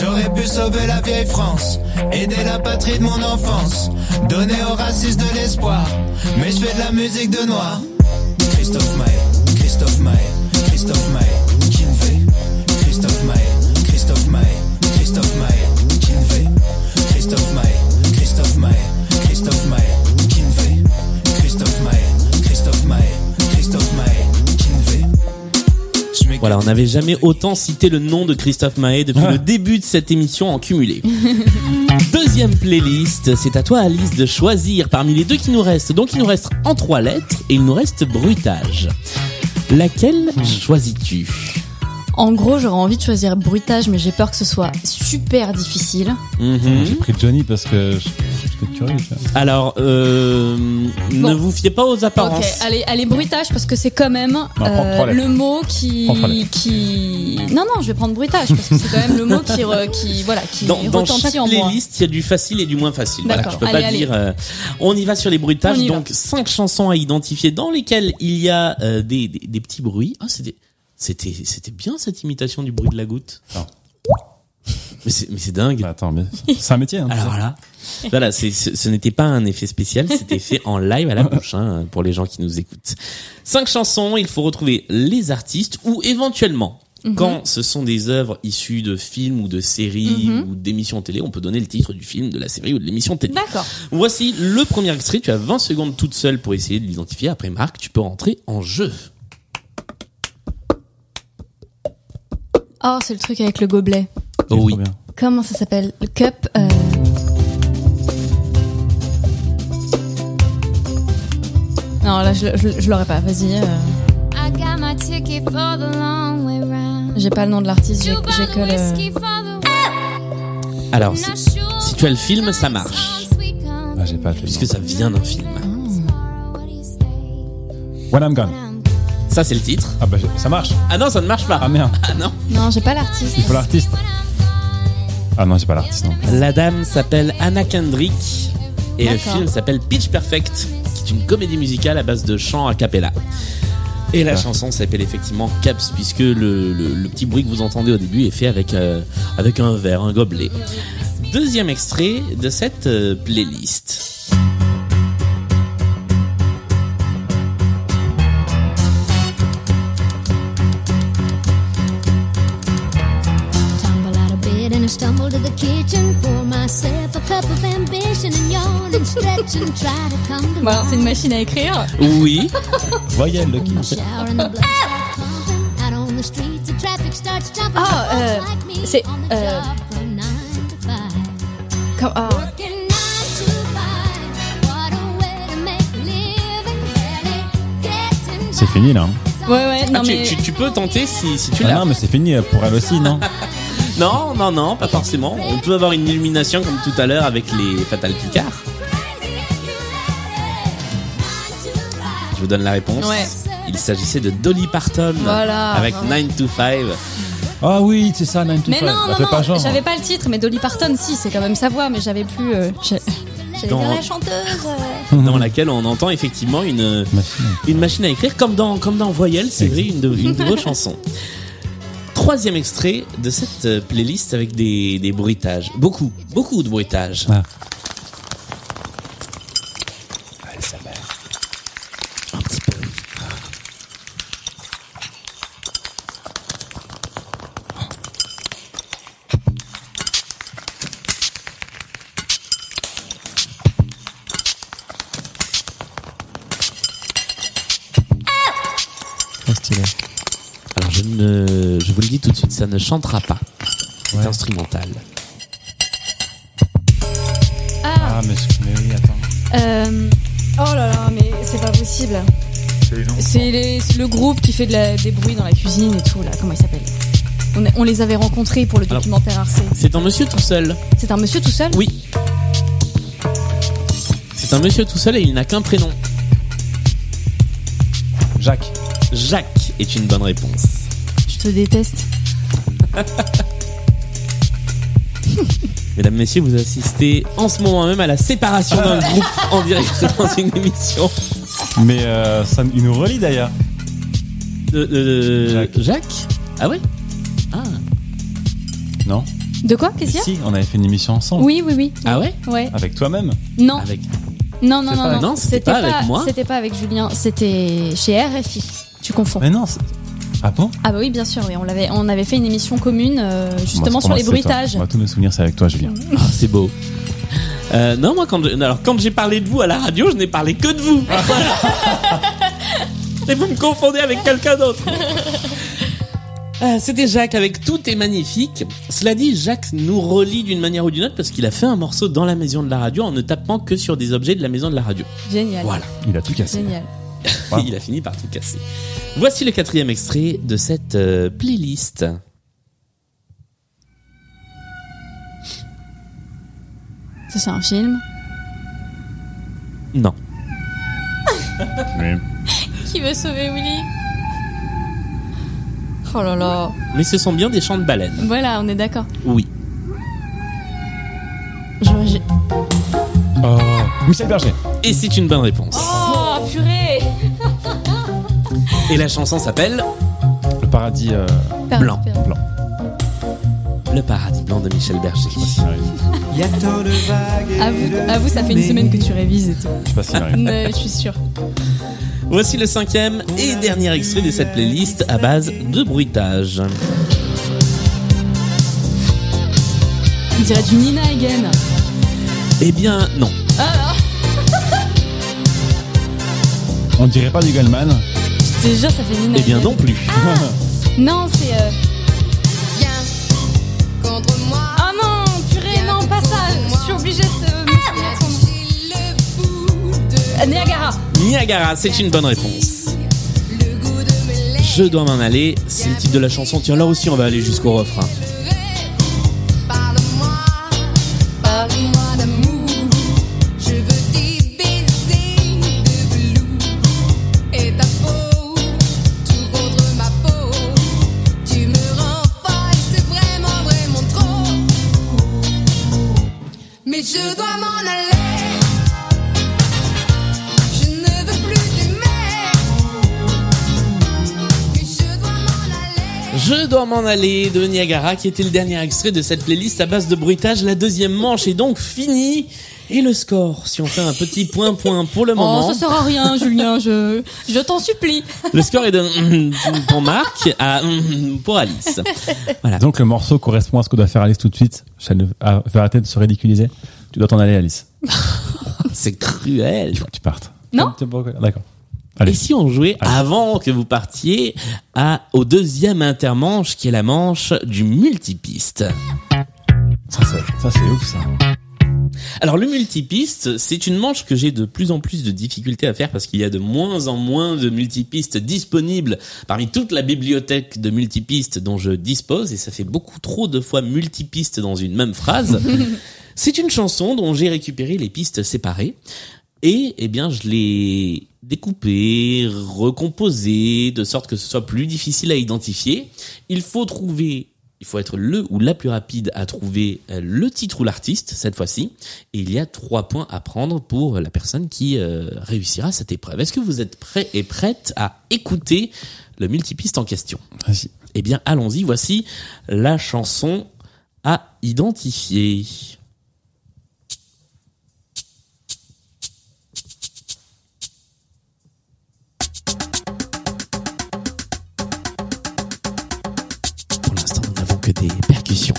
J'aurais pu sauver la vieille France, aider la patrie de mon enfance, donner aux racistes de l'espoir. Mais je fais de la musique de noir. Christophe Maé, Christophe Maé, Christophe Maé, Kinvey. Christophe Maé, Christophe Maé, Christophe Maé, Kinvey. Christophe Maé, Christophe Maé, Christophe Maé, Kinvey. Christophe Maé, Christophe Maé, Christophe Maé, Kinvey. Je m'écarte
Voilà, on n'avait jamais autant cité le nom de Christophe Maé depuis
Ah.
le début de cette émission en cumulé. Deuxième playlist, c'est à toi Alice de choisir parmi les deux qui nous restent. Donc il nous reste en trois lettres et il nous reste bruitage. Laquelle choisis-tu
En gros, j'aurais envie de choisir bruitage mais j'ai peur que ce soit super difficile.
Mhm.
J'ai pris Johnny parce que je- Je suis curieux. ça.
Alors, euh, ne vous fiez pas aux
Ok,
apparences.
allez, allez, bruitage, parce que c'est quand même
prends-
euh,
prends la lettre.
le mot qui,
Prends- prends la lettre.
qui. Non, non, je vais prendre bruitage, parce que c'est quand même le mot qui, re- qui, voilà, qui
Dans, dans chaque
retentit en moi.
playlist, il y a du facile et du moins facile. Voilà,
D'accord.
je peux
Allez,
pas
allez.
dire. euh, on y va sur les
On
bruitages.
y va.
Donc cinq chansons à identifier dans lesquelles il y a euh, des, des, des petits bruits. Ah, c'était c'était c'était bien cette imitation du bruit de la goutte. Mais c'est mais c'est dingue.
attends, mais c'est un métier. hein,
Alors là, voilà, c'est- ce, ce n'était pas un effet spécial, c'était fait en live à la bouche hein, pour les gens qui nous écoutent. Cinq chansons, il faut retrouver les artistes ou éventuellement.
Mhm.
Quand ce sont des œuvres issues de films ou de séries
Mhm. Bah.
ou d'émissions télé, on peut donner le titre du film, de la série ou de l'émission télé.
D'accord.
Voici le premier extrait. Tu as 20 secondes toute seule pour essayer de l'identifier. Après Marc, tu peux rentrer en jeu.
Oh, c'est le truc avec le gobelet.
Oh oui.
Comment ça s'appelle Le cup. euh, Non, là, je, je- je l'aurais pas. Vas-y. euh,
I got my ticket for the long way round.
J'ai pas le nom de l'artiste, j'ai
Two
j'ai
bottle
que
whiskey
le. Ah,
for the
Alors, si, si tu as le film, ça marche. Ah,
Ah,
j'ai pas Puisque ça vient d'un film.
When I'm gone.
Ça, c'est le titre.
Ah bah, j'ai- ça marche.
Ah non, ça ne marche pas.
Ah merde.
Ah non.
Non, j'ai pas l'artiste.
Il faut l'artiste. Ah non, j'ai pas l'artiste. Non.
La dame s'appelle Anna Kendrick et le
D'accord.
film s'appelle Pitch Perfect, qui est une comédie musicale à base de chants a cappella. Et la
Ah.
chanson s'appelle effectivement Caps, puisque le, le- le petit bruit que vous entendez au début est fait avec, euh, avec un verre, un gobelet. Deuxième extrait de cette euh, playlist.
Tumble out of bed and I stumble to the kitchen. Pour myself a cup of ambition and yawn and stretch and try to come to
Bon, alors, c'est une machine à écrire.
Oui.
Voyelle, le qui.
Shower in the blood starts pumping. Out on the streets, the traffic starts jumping.
Ah,
Folks
euh,
like me
c'est,
on the
euh,
job from nine to five.
Comme- ah.
Working nine to five. What a way to make a living. Barely getting
C'est fini là. hein.
Ouais, ouais,
Ah,
non,
tu,
mais.
tu- tu peux tenter si, si tu
Ah
l'as.
non, mais c'est fini pour elle aussi, non
Non, non, non, pas forcément. On peut avoir une illumination comme tout à l'heure avec les Fatal Picard. Je vous donne la réponse.
Ouais.
Il s'agissait de Dolly Parton
Voilà.
avec 9 to 5.
Ah oui, c'est ça, 9
Mais non, non, non,
Ah,
j'avais pas le titre, mais Dolly Parton, si, c'est quand même sa voix, mais j'avais plus. euh, j'ai- J'allais
Dans-
dire la chanteuse. euh.
dans laquelle on entend effectivement une une machine à écrire comme dans comme dans Voyelle, c'est vrai, une de, une de vos chansons. Troisième extrait de cette euh, playlist avec des, des bruitages. Beaucoup, beaucoup de bruitages.
Ah.
Un petit peu. Alors je ne, je vous le dis tout de suite, ça ne chantera pas. C'est instrumental.
Ah, mais, mais oui, attends.
Euh, Oh là là, mais c'est pas possible. C'est les- c'est le groupe qui fait de la- des bruits dans la cuisine et tout, là. Comment ils s'appellent on, a- on les avait rencontrés pour le
Alors-
documentaire Arte.
C'est un monsieur tout seul.
C'est un monsieur tout seul
Oui. C'est un monsieur tout seul et il n'a qu'un prénom.
Jacques.
Jacques est une bonne réponse.
Je te déteste.
Mesdames, messieurs, vous assistez en ce moment même à la séparation d'un groupe en direct dans une émission.
Mais euh, ça, il nous relie d'ailleurs.
De, Jacques. Ah ouais Ah.
Non
De quoi Qu'est-ce qu'il y a
Si, on avait fait une émission ensemble.
Oui, oui, oui.
Ah ouais
Ouais.
Avec toi-même
Non.
Avec...
Non, non,
Ah, C'est
non, non.
pas- non, c'était pas avec moi.
C'était pas avec Julien, c'était chez RFI. Tu confonds.
Mais non, c'est- Ah bon
Ah bah oui, bien sûr, oui. On, l'avait, on avait fait une émission commune euh, justement
Moi,
sur les
pour moi, c'est toi.
bruitages.
Moi, tous mes souvenirs, c'est avec toi, Julien.
Ah, c'est beau. Euh, non, moi, quand je- alors, quand j'ai parlé de vous à la radio, je n'ai parlé que de vous. Voilà. Et vous me confondez avec quelqu'un d'autre. Ah, C'était Jacques avec Tout est magnifique. Cela dit, Jacques nous relie d'une manière ou d'une autre parce qu'il a fait un morceau dans la maison de la radio en ne tapant que sur des objets de la maison de la radio.
Génial.
Voilà.
Il a tout cassé.
Génial.
Wow.
Il a fini par tout casser. Voici le quatrième extrait de cette euh, playlist.
Ça, c'est un film.
Non.
Qui veut sauver Willy Oh là là.
Mais ce sont bien des chants de baleine.
Voilà, on est d'accord.
Oui.
Je- j'ai-
Michel oh. Berger.
Et c'est une bonne réponse.
Oh purée
Et la chanson s'appelle
Le paradis euh,
Blanc.
blanc.
Le paradis blanc de Michel Berger.
Y a tant de vagues et
à vous,
de
à vous, ça fait une
fumées.
semaine que tu révises et tout.
Je sais pas s'il arrive.
Ne, je suis sûre.
Voici le cinquième et dernier extrait de cette playlist à base de bruitage.
On dirait du Nina Hagen.
Eh bien, non.
Ah,
On dirait pas du Goldman.
je te jure, ça fait Nina
Eh bien,
Hagen.
non plus.
Ah. Non, c'est. euh,
Viens contre moi.
Ah non, purée, non, pas ça. Je suis obligée de.
J'ai le bout de
Ah, Niagara.
Niagara, c'est une bonne réponse.
le goût de mes lèvres.
Je dois m'en aller, c'est le titre de la chanson. Tiens, là aussi, on va aller jusqu'au refrain.
Parle-moi, parle-moi d'amour. Je veux tes baisers de blue et ta peau, tout contre ma peau. Tu me rends folle, c'est vraiment, vraiment trop. Mais je dois m'en aller. Je ne veux plus t'aimer. Mais je dois m'en aller.
Je dois m'en aller de Niagara, qui était le dernier extrait de cette playlist à base de bruitage. La deuxième manche est donc finie. Et le score, si on fait un petit point-point pour le moment.
Oh, ça sert à rien, Julien, je, je t'en supplie.
Le score est de pour Marc à pour Alice.
Donc le morceau correspond à ce que doit faire Alice tout de suite. Chanel, ah, fais arrêter de se ridiculiser. Tu dois t'en aller, Alice.
C'est cruel.
Il faut que tu partes.
Non.
Tu sais pas pourquoi D'accord. Allez.
Et si on jouait avant que vous partiez à, au deuxième intermanche qui est la manche du multipiste
Ça, c'est- ça, c'est ouf, ça.
Alors le multipiste, c'est une manche que j'ai de plus en plus de difficultés à faire parce qu'il y a de moins en moins de multipistes disponibles parmi toute la bibliothèque de multipistes dont je dispose et ça fait beaucoup trop de fois multipiste dans une même phrase. c'est une chanson dont j'ai récupéré les pistes séparées et eh bien je l'ai découpée, recomposée de sorte que ce soit plus difficile à identifier. Il faut trouver il faut être le ou la plus rapide à trouver euh, le titre ou l'artiste cette fois-ci. Et il y a trois points à prendre pour la personne qui euh, réussira cette épreuve. Est-ce que vous êtes prêts et prête à écouter le multipiste en question
Vas-y.
Eh bien, allons-y. Voici la chanson à identifier. Pour l'instant, nous n'avons que des percussions.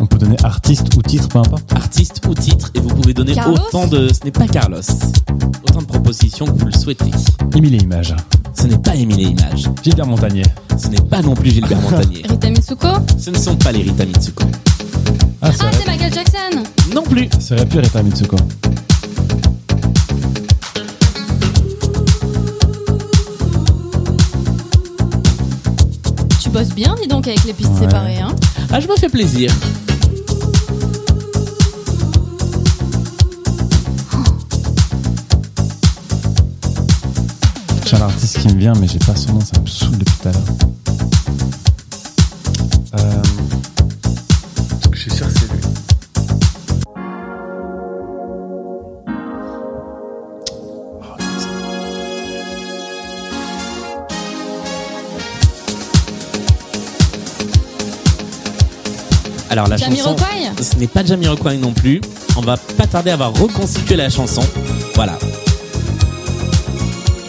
On peut donner artiste ou titre, peu importe.
artiste ou titre et vous pouvez donner
Carlos
autant de... Ce n'est pas Carlos. Autant de propositions que vous le souhaitez.
Émile et Images.
Ce n'est pas Émile et Images.
Gilbert Montagnier.
Ce n'est pas non plus Gilbert Montagnier.
Rita Mitsuko
Ce ne sont pas les Rita Mitsuko.
Ah,
Ah,
ça aurait-
c'est Michael Jackson
Non plus.
ça aurait pu être un Mitsuko.
Tu bosses bien, dis donc, avec les pistes
Ouais.
séparées, hein.
Ah, je me fais plaisir.
J'ai un artiste qui me vient, mais j'ai pas son nom, ça me saoule depuis tout à l'heure. Euh, Je suis sûr que c'est lui.
Alors la chanson...
Jamiroquai
Ce n'est pas Jamiroquai non plus. On va pas tarder à avoir reconstitué la chanson. Voilà.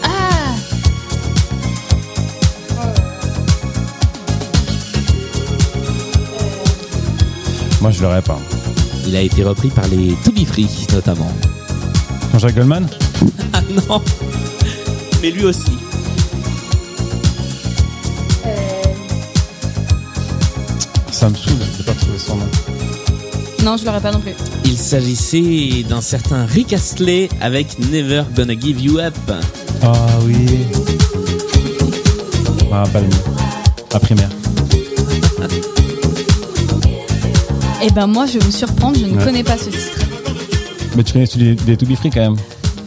Ah
Moi, je l'aurais pas.
Il a été repris par les To Be Free notamment.
Jean-Jacques Goldman
Ah non Mais lui aussi.
Ça me saoule, j'ai pas trouvé son nom.
Non, je l'aurais pas non plus.
Il s'agissait d'un certain Rick Astley avec Never Gonna Give You Up.
Ah oui. Ah, pas le mien. La primaire.
Et ben moi, je vais vous surprendre, je ne
Ouais.
connais pas ce titre.
Mais tu connais celui des To Be Free quand même.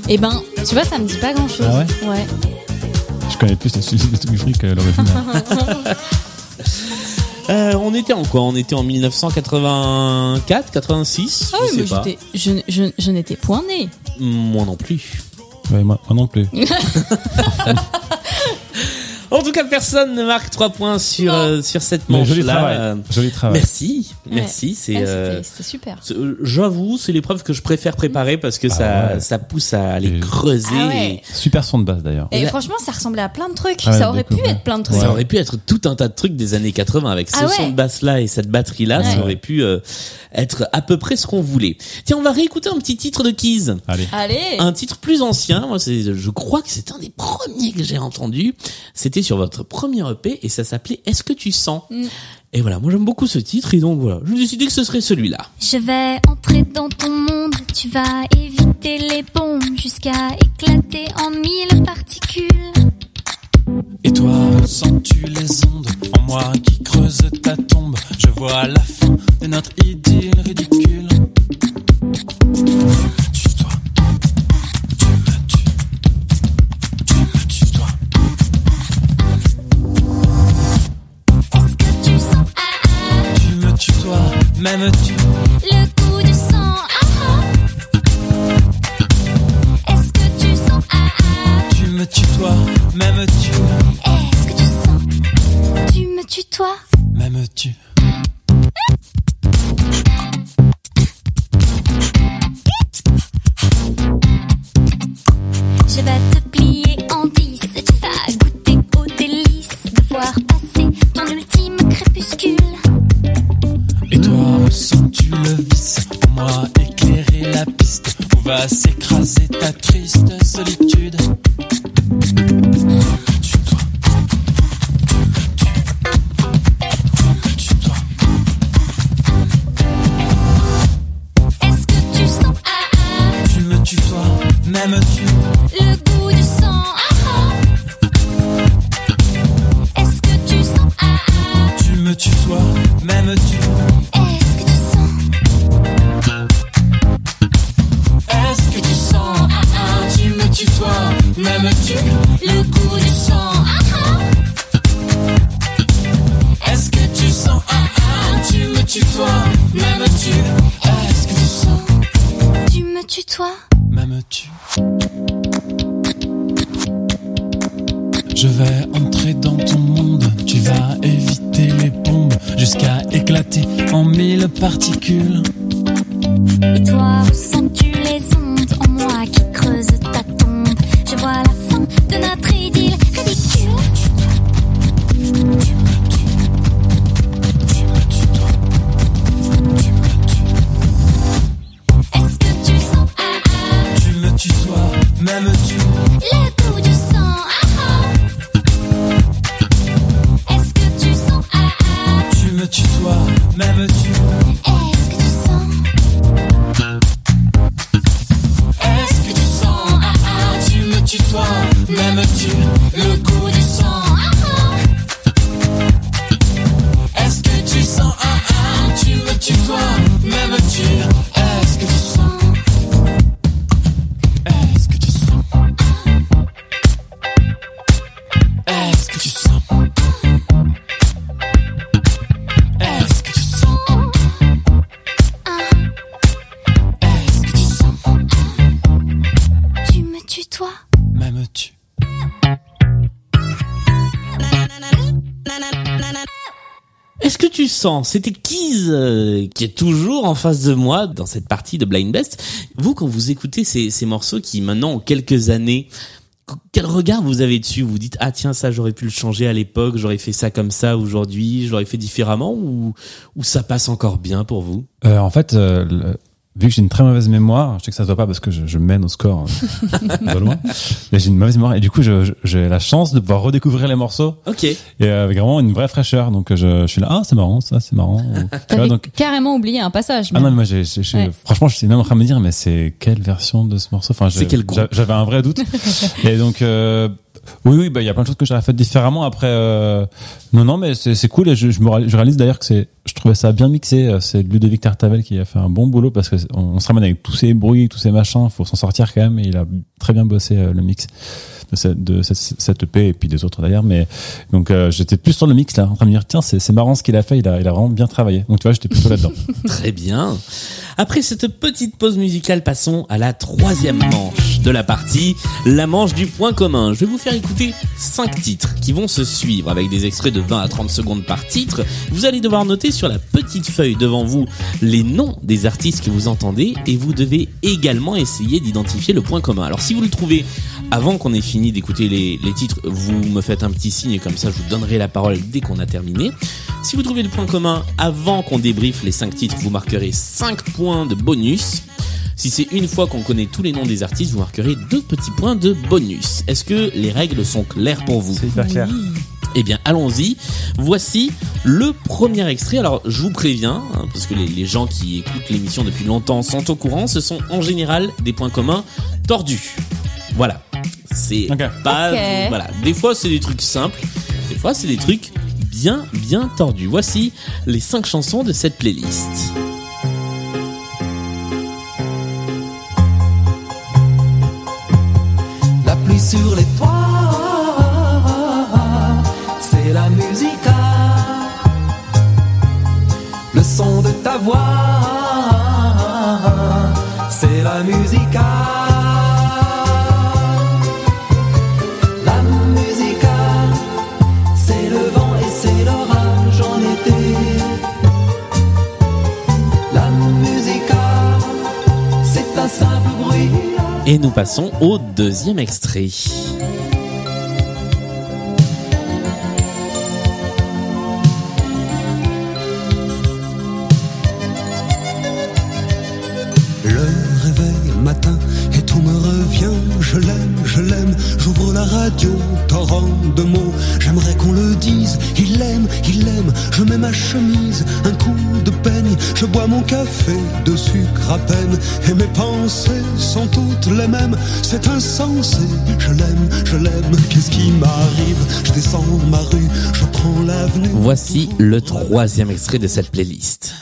Et ben, tu vois, ça me dit pas grand chose.
Ah
ouais.
Je connais plus celui des To Be Free que l'original.
Euh, on était en quoi On était en 1984, 86
Ah
Je
oui, mais
sais pas.
j'étais- je, je, je n'étais point née.
Moi non plus.
Ouais, moi, moi non plus.
En tout cas, personne ne marque 3 points sur, euh, sur cette
Mais joli
manche-là.
travail. Ah
Euh,
Joli travail.
Merci, merci.
Ouais,
C'est,
c'était-
euh,
C'était super.
c'est- euh, j'avoue, c'est l'épreuve que je préfère préparer parce que ça,
Ah ouais.
ça pousse à aller
Et-
creuser.
Ah ouais.
Super son de base d'ailleurs.
Et
là-
franchement, ça ressemblait à plein de trucs.
Ah ouais,
ça aurait pu
beaucoup, ouais.
être plein de
et
trucs.
Ça aurait pu être tout un tas de trucs des années 80 avec ce
Ah ouais.
son de basse là et cette batterie là. Ça
Ouais.
aurait pu euh, être à peu près ce qu'on voulait. Tiens, on va réécouter un petit titre de Keys.
Allez.
Allez.
Ah.
un titre plus ancien. Moi, c'est, je crois que c'est un des premiers que j'ai entendu. C'était sur votre premier EP et ça s'appelait Est-ce que tu sens Et voilà, moi j'aime beaucoup ce titre et donc voilà, je me suis dit que ce serait celui-là.
Je vais entrer dans ton monde, tu vas éviter les bombes jusqu'à éclater en mille particules.
Et toi, sens-tu les ondes en moi qui creuse ta tombe Je vois la fin de notre idylle ridicule. Tue-toi, tu me tues, tu me tues toi.
Est-ce que tu sens ah,
Tu me tues toi, même tu.
le goût du sang ah, ah. Est-ce que tu sens ah,
Tu me tues toi, même tu,
ah. Est-ce que tu sens Tu me tues toi
même tu.
Je vais te plier en dix et tu vas goûter aux délices de voir passer ton ultime crépuscule.
Et toi, sens-tu le vice en moi éclairer la piste où va s'écraser ta triste solitude Tue-toi. Tu me tues. Tue-toi.
Est-ce que tu sens ah, ah.
Tu me tues toi, même tu,
Le goût du sang, ah ah. Est-ce que tu sens, ah ah.
tu me tues toi, même tu.
Est-ce que tu sens,
Est-ce que tu sens
ah ah.
Tu me tues toi, même tu.
Le goût du sang, ah ah.
Est-ce que tu sens ah ah Tu me tues toi, même tu. Est-ce que tu sens
Tu me tues toi,
Même tu. Je vais entrer dans ton monde, tu vas éviter les bombes jusqu'à éclater en mille particules.
et toi ressens-tu les ondes en moi qui creuse ta tombe Je vois la fin de notre idylle ridicule. Est-ce que tu sens, ah ah.
Tu me tues toi, même tu,
Le goût du sang, ah ah. Est-ce que tu sens, ah ah.
tu me tues toi, même tu. ah.
Est-ce que tu sens,
Est-ce que tu sens ah ah Tu me tues toi, même tu. Le goût du sang.
ah ah.
Est-ce que tu sens ah ah Tu me tues toi, même tu. Est-ce que tu sens Est-ce que tu sens Est-ce que tu sens Est-ce que tu sens ah, Est-ce que tu sens ah,
Tu me tues toi.
Même tu.
Est-ce que tu sens C'était Keys euh, qui est toujours en face de moi dans cette partie de Blind Best. Vous, quand vous écoutez ces, ces morceaux qui maintenant ont quelques années, qu- quel regard vous avez dessus Vous vous dites ah tiens ça j'aurais pu le changer à l'époque, j'aurais fait ça comme ça aujourd'hui, j'aurais fait différemment ou ou ça passe encore bien pour vous
Euh, en fait, euh, le- vu que j'ai une très mauvaise mémoire, je sais que ça se voit pas parce que je, je mène au score euh, de loin, mais j'ai une mauvaise mémoire et du coup je- je- j'ai la chance de pouvoir redécouvrir les morceaux
Ok.
et euh, avec vraiment une vraie fraîcheur. Donc euh, je, je suis là, ah c'est marrant, ça c'est marrant. Ou- tu vois,
T'avais
donc
carrément oublié un passage.
ah
même.
non mais moi j'ai, j'ai- j'ai-
Ouais.
franchement je suis même en train de me dire mais c'est quelle version de ce morceau Enfin je-
C'est quel groupe
j'a- j'avais un vrai doute et donc euh, oui oui bah il y a plein de choses que j'aurais fait différemment après euh, non non mais c'est, c'est cool et je, je me réalise, je réalise d'ailleurs que c'est je trouvais ça bien mixé euh, c'est Ludovic Tartavel qui a fait un bon boulot parce que c'est- on, on se ramène avec tous ces bruits tous ces machins faut s'en sortir quand même et il a très bien bossé euh, le mix de cette, de cette, cette EP et puis des autres d'ailleurs mais donc euh, j'étais plus sur le mix là en train de me dire tiens c'est, c'est marrant ce qu'il a fait il a, il a vraiment bien travaillé donc tu vois j'étais plutôt là-dedans
Très bien. Après cette petite pause musicale, passons à la troisième manche de la partie, la manche du point commun. Je vais vous faire écouter cinq titres qui vont se suivre avec des extraits de 20 à 30 secondes par titre. Vous allez devoir noter sur la petite feuille devant vous les noms des artistes que vous entendez et vous devez également essayer d'identifier le point commun. Alors si vous le trouvez avant qu'on ait fini d'écouter les, les titres, vous me faites un petit signe comme ça je vous donnerai la parole dès qu'on a terminé. Si vous trouvez le point commun avant qu'on débriefe les 5 titres, vous marquerez 5 points de bonus. Si c'est une fois qu'on connaît tous les noms des artistes, vous marquerez deux petits points de bonus. Est-ce que les règles sont claires pour vous
hyper clair
eh bien, allons-y. Voici le premier extrait. Alors, je vous préviens, hein, parce que les, les gens qui écoutent l'émission depuis longtemps sont au courant, ce sont en général des points communs tordus. Voilà. C'est
Ok.
pas.
Ok.
Voilà. Des fois, c'est des trucs simples. Des fois, c'est des trucs bien, bien tordus. Voici les cinq chansons de cette playlist.
La pluie sur les toits, c'est la musique. Le son de ta voix, c'est la musique. La musique, c'est le vent et c'est l'orage en été. La musique, c'est un simple bruit.
Et nous passons au deuxième extrait.
Le réveil matin et tout me revient. Je l'aime, je l'aime. J'ouvre la radio, torrent de mots. J'aimerais qu'on le dise. Il l'aime, il l'aime. Je mets ma chemise, un coup de peigne. Je bois mon café de sucre à peine. Et mes pensées sont toutes les mêmes. C'est insensé. Je l'aime, je l'aime. Qu'est-ce qui m'arrive Je descends ma rue, je prends l'avenue.
Voici le troisième extrait de cette playlist.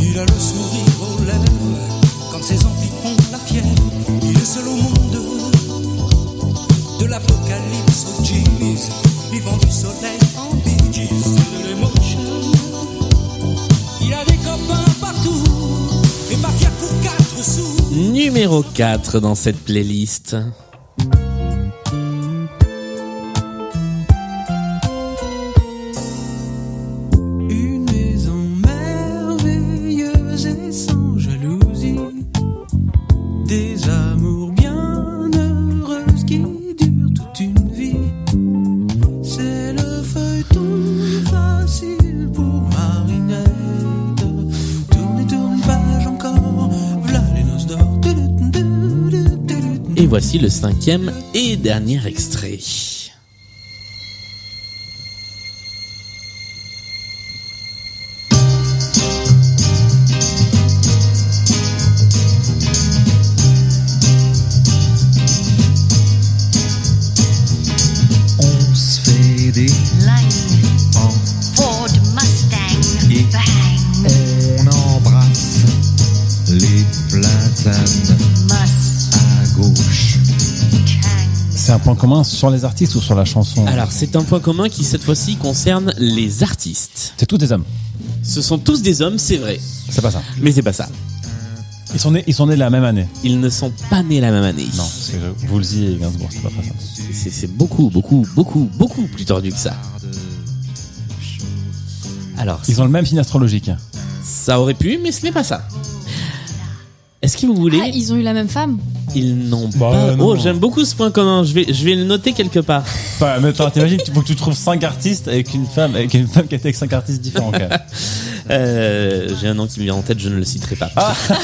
Il a le sourire aux lèvres quand ses envies ont la fièvre. Il est seul au monde de l'apocalypse aux jeans. Vivant du soleil en Bee Gees et de l'émotion. Il a des copains partout et pas fier pour quatre sous.
Numéro 4 dans cette playlist.
Une maison merveilleuse et sans jalousie. Des amours bien heureuses qui durent toute une vie. C'est le feuilleton facile pour Marinette. Tourne, tourne, page encore. V'là les noces d'or. Tudut, tudut, tudut.
Et voici le cinquième et dernier extrait.
On se fait des On embrasse les platanes à gauche.
C'est un point commun sur les artistes ou sur la chanson
Alors, c'est un point commun qui, cette fois-ci, concerne les artistes.
C'est tous des hommes.
Ce sont tous des hommes, c'est vrai.
C'est pas ça.
Mais c'est pas ça.
Ils sont nés, ils sont nés la même année.
Ils ne sont pas nés la même année.
Non, c'est Woolsey et Gainsbourg, c'est pas très ça.
C'est c'est beaucoup, beaucoup, beaucoup, beaucoup plus tordu que ça. Alors,
Ils ont le même signe astrologique.
ça aurait pu, mais ce n'est pas ça. Est-ce que vous voulez
Ah, ils ont eu la même femme
Ils n'ont
Bah,
pas.
euh, non.
Oh, j'aime beaucoup ce point commun. Je vais, je vais le noter quelque part.
Enfin, mais attends, t'imagines, il faut que tu trouves 5 artistes avec une femme, avec une femme qui était avec 5 artistes différents, quand même.
Euh, J'ai un nom qui me vient en tête, je ne le citerai pas.
Ah.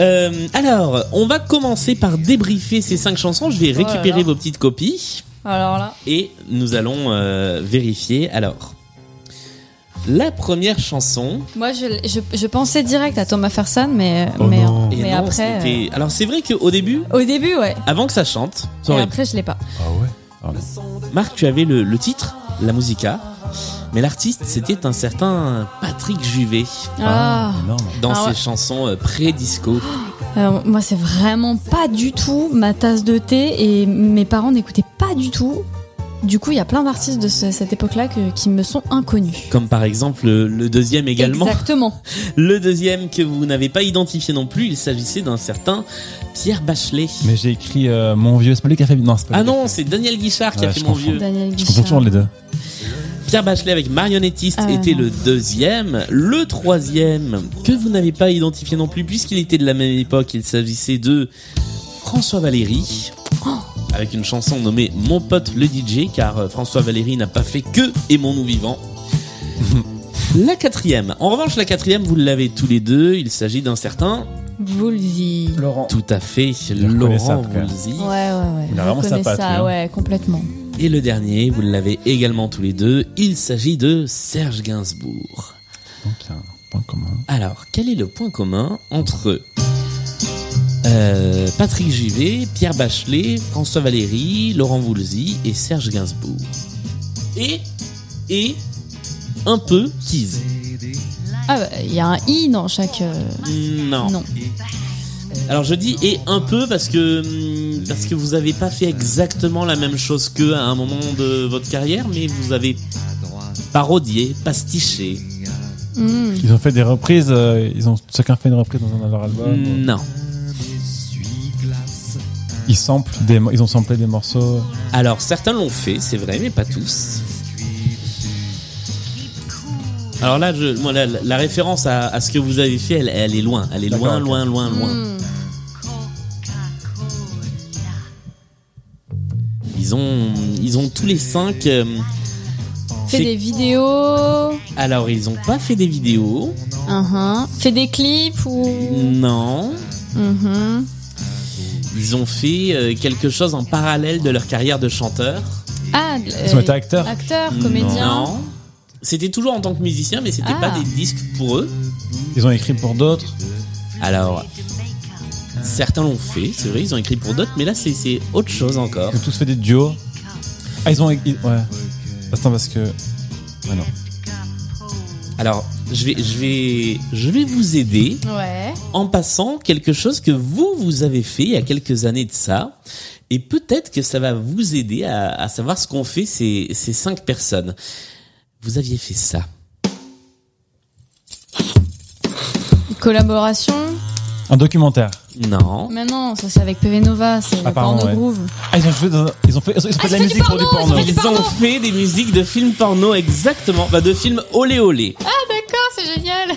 Euh, alors, on va commencer par débriefer ces cinq chansons. Je vais
Oh là
récupérer
là.
vos petites copies
Alors là.
et nous allons euh, vérifier. Alors, la première chanson.
Moi, je, je, je pensais direct à Thomas Ferson, mais,
Oh
mais,
non.
Et
mais
non,
après.
c'était- Alors, c'est vrai qu'au début,
euh, au début, ouais.
avant que ça chante, ça
Et
aurait-
après, je l'ai pas.
Ah ouais?
Marc, tu avais le, le titre, la musica, mais l'artiste, c'était un certain Patrick Juvet
Ah.
énorme.
dans
Ah
ses
ouais.
chansons euh, pré-disco.
Alors, moi, c'est vraiment pas du tout ma tasse de thé et mes parents n'écoutaient pas du tout. Du coup, il y a plein d'artistes de ce- cette époque-là que- qui me sont inconnus.
Comme par exemple le, le deuxième également.
Exactement.
Le deuxième que vous n'avez pas identifié non plus, il s'agissait d'un certain Pierre Bachelet.
Mais j'ai écrit euh, Mon vieux, c'est pas lui qui a fait. Non, c'est pas
Ah
lui qui a
non,
fait.
c'est Daniel Guichard qui a
Ouais,
fait
je
mon
confonds.
vieux.
Daniel
Je confonds toujours
Guichard.
les deux.
Pierre Bachelet avec marionnettiste
Ah,
était
non.
le deuxième. Le troisième, que vous n'avez pas identifié non plus, puisqu'il était de la même époque, il s'agissait de François Valéry.
Oh.
Avec une chanson nommée Mon pote le DJ, car euh, François Valéry n'a pas fait que Aimons-nous vivants. La quatrième. En revanche, la quatrième, vous l'avez tous les deux. Il s'agit d'un certain.
Woolsey.
Laurent.
Tout à fait,
est
Laurent
reconnaissable, quand même.
Woolsey.
Ouais, ouais, ouais.
Il a vraiment
Je
sa
connais
patte, lui,
ça,
hein.
ouais, complètement.
Et le dernier, vous l'avez également tous les deux. Il s'agit de Serge Gainsbourg.
Donc, il y a un point commun.
Alors, quel est le point commun entre euh, Patrick Juvet, Pierre Bachelet, François Valéry, Laurent Voulzy et Serge Gainsbourg Et, et, un peu Kiss.
Ah, bah, il y a un i dans chaque. euh,
Non.
Non.
Alors je dis et un peu parce que hum, parce que vous avez pas fait exactement la même chose que à un moment de votre carrière, mais vous avez parodié, pastiché.
Hmm.
Ils ont fait des reprises, euh, ils ont chacun fait une reprise dans un de leurs albums.
Non.
Ils samplent des, mo- ils ont samplé des morceaux.
Alors certains l'ont fait, c'est vrai, mais pas tous. Alors là, je, moi, la, la référence à, à ce que vous avez fait, elle, elle est loin, elle est loin,
D'accord, ok.
loin, loin, loin.
Hmm.
Ils ont, ils ont tous les cinq. euh,
Fait
fait-
des vidéos.
Alors ils ont pas fait des vidéos.
Mhm. Fait des clips ou.
Non.
Hmm.
Mhm.
Ils ont fait euh, quelque chose en parallèle de leur carrière de chanteur.
Ah,
Ils ont
euh,
été acteurs.
acteur, comédien.
Non. C'était toujours en tant que musicien, mais c'était
Ah.
pas des disques pour eux.
Ils ont écrit pour d'autres.
Alors, certains l'ont fait, c'est vrai, ils ont écrit pour d'autres, mais là c'est- c'est autre chose encore.
Ils ont tous fait des duos. Ah, ils ont. ils- ouais. Attends, parce que. Ouais, non.
Alors, je vais, je vais, je vais vous aider
Ouais.
en passant quelque chose que vous vous avez fait il y a quelques années de ça, et peut-être que ça va vous aider à, à savoir ce qu'ont fait ces, ces cinq personnes. Vous aviez fait ça.
Collaboration.
Un documentaire.
Non.
Mais non, ça c'est avec PV Nova, c'est le
Apparemment,
porno
ouais.
groove.
Ah, ils ont joué dans un- Ils ont fait, ils ont fait
Ah,
de la
ils ont fait du
musique pour du
porno,
porno.
ils ont fait du
Ils ont fait des musiques de films porno, exactement, bah, de films olé olé.
Ah d'accord, c'est génial.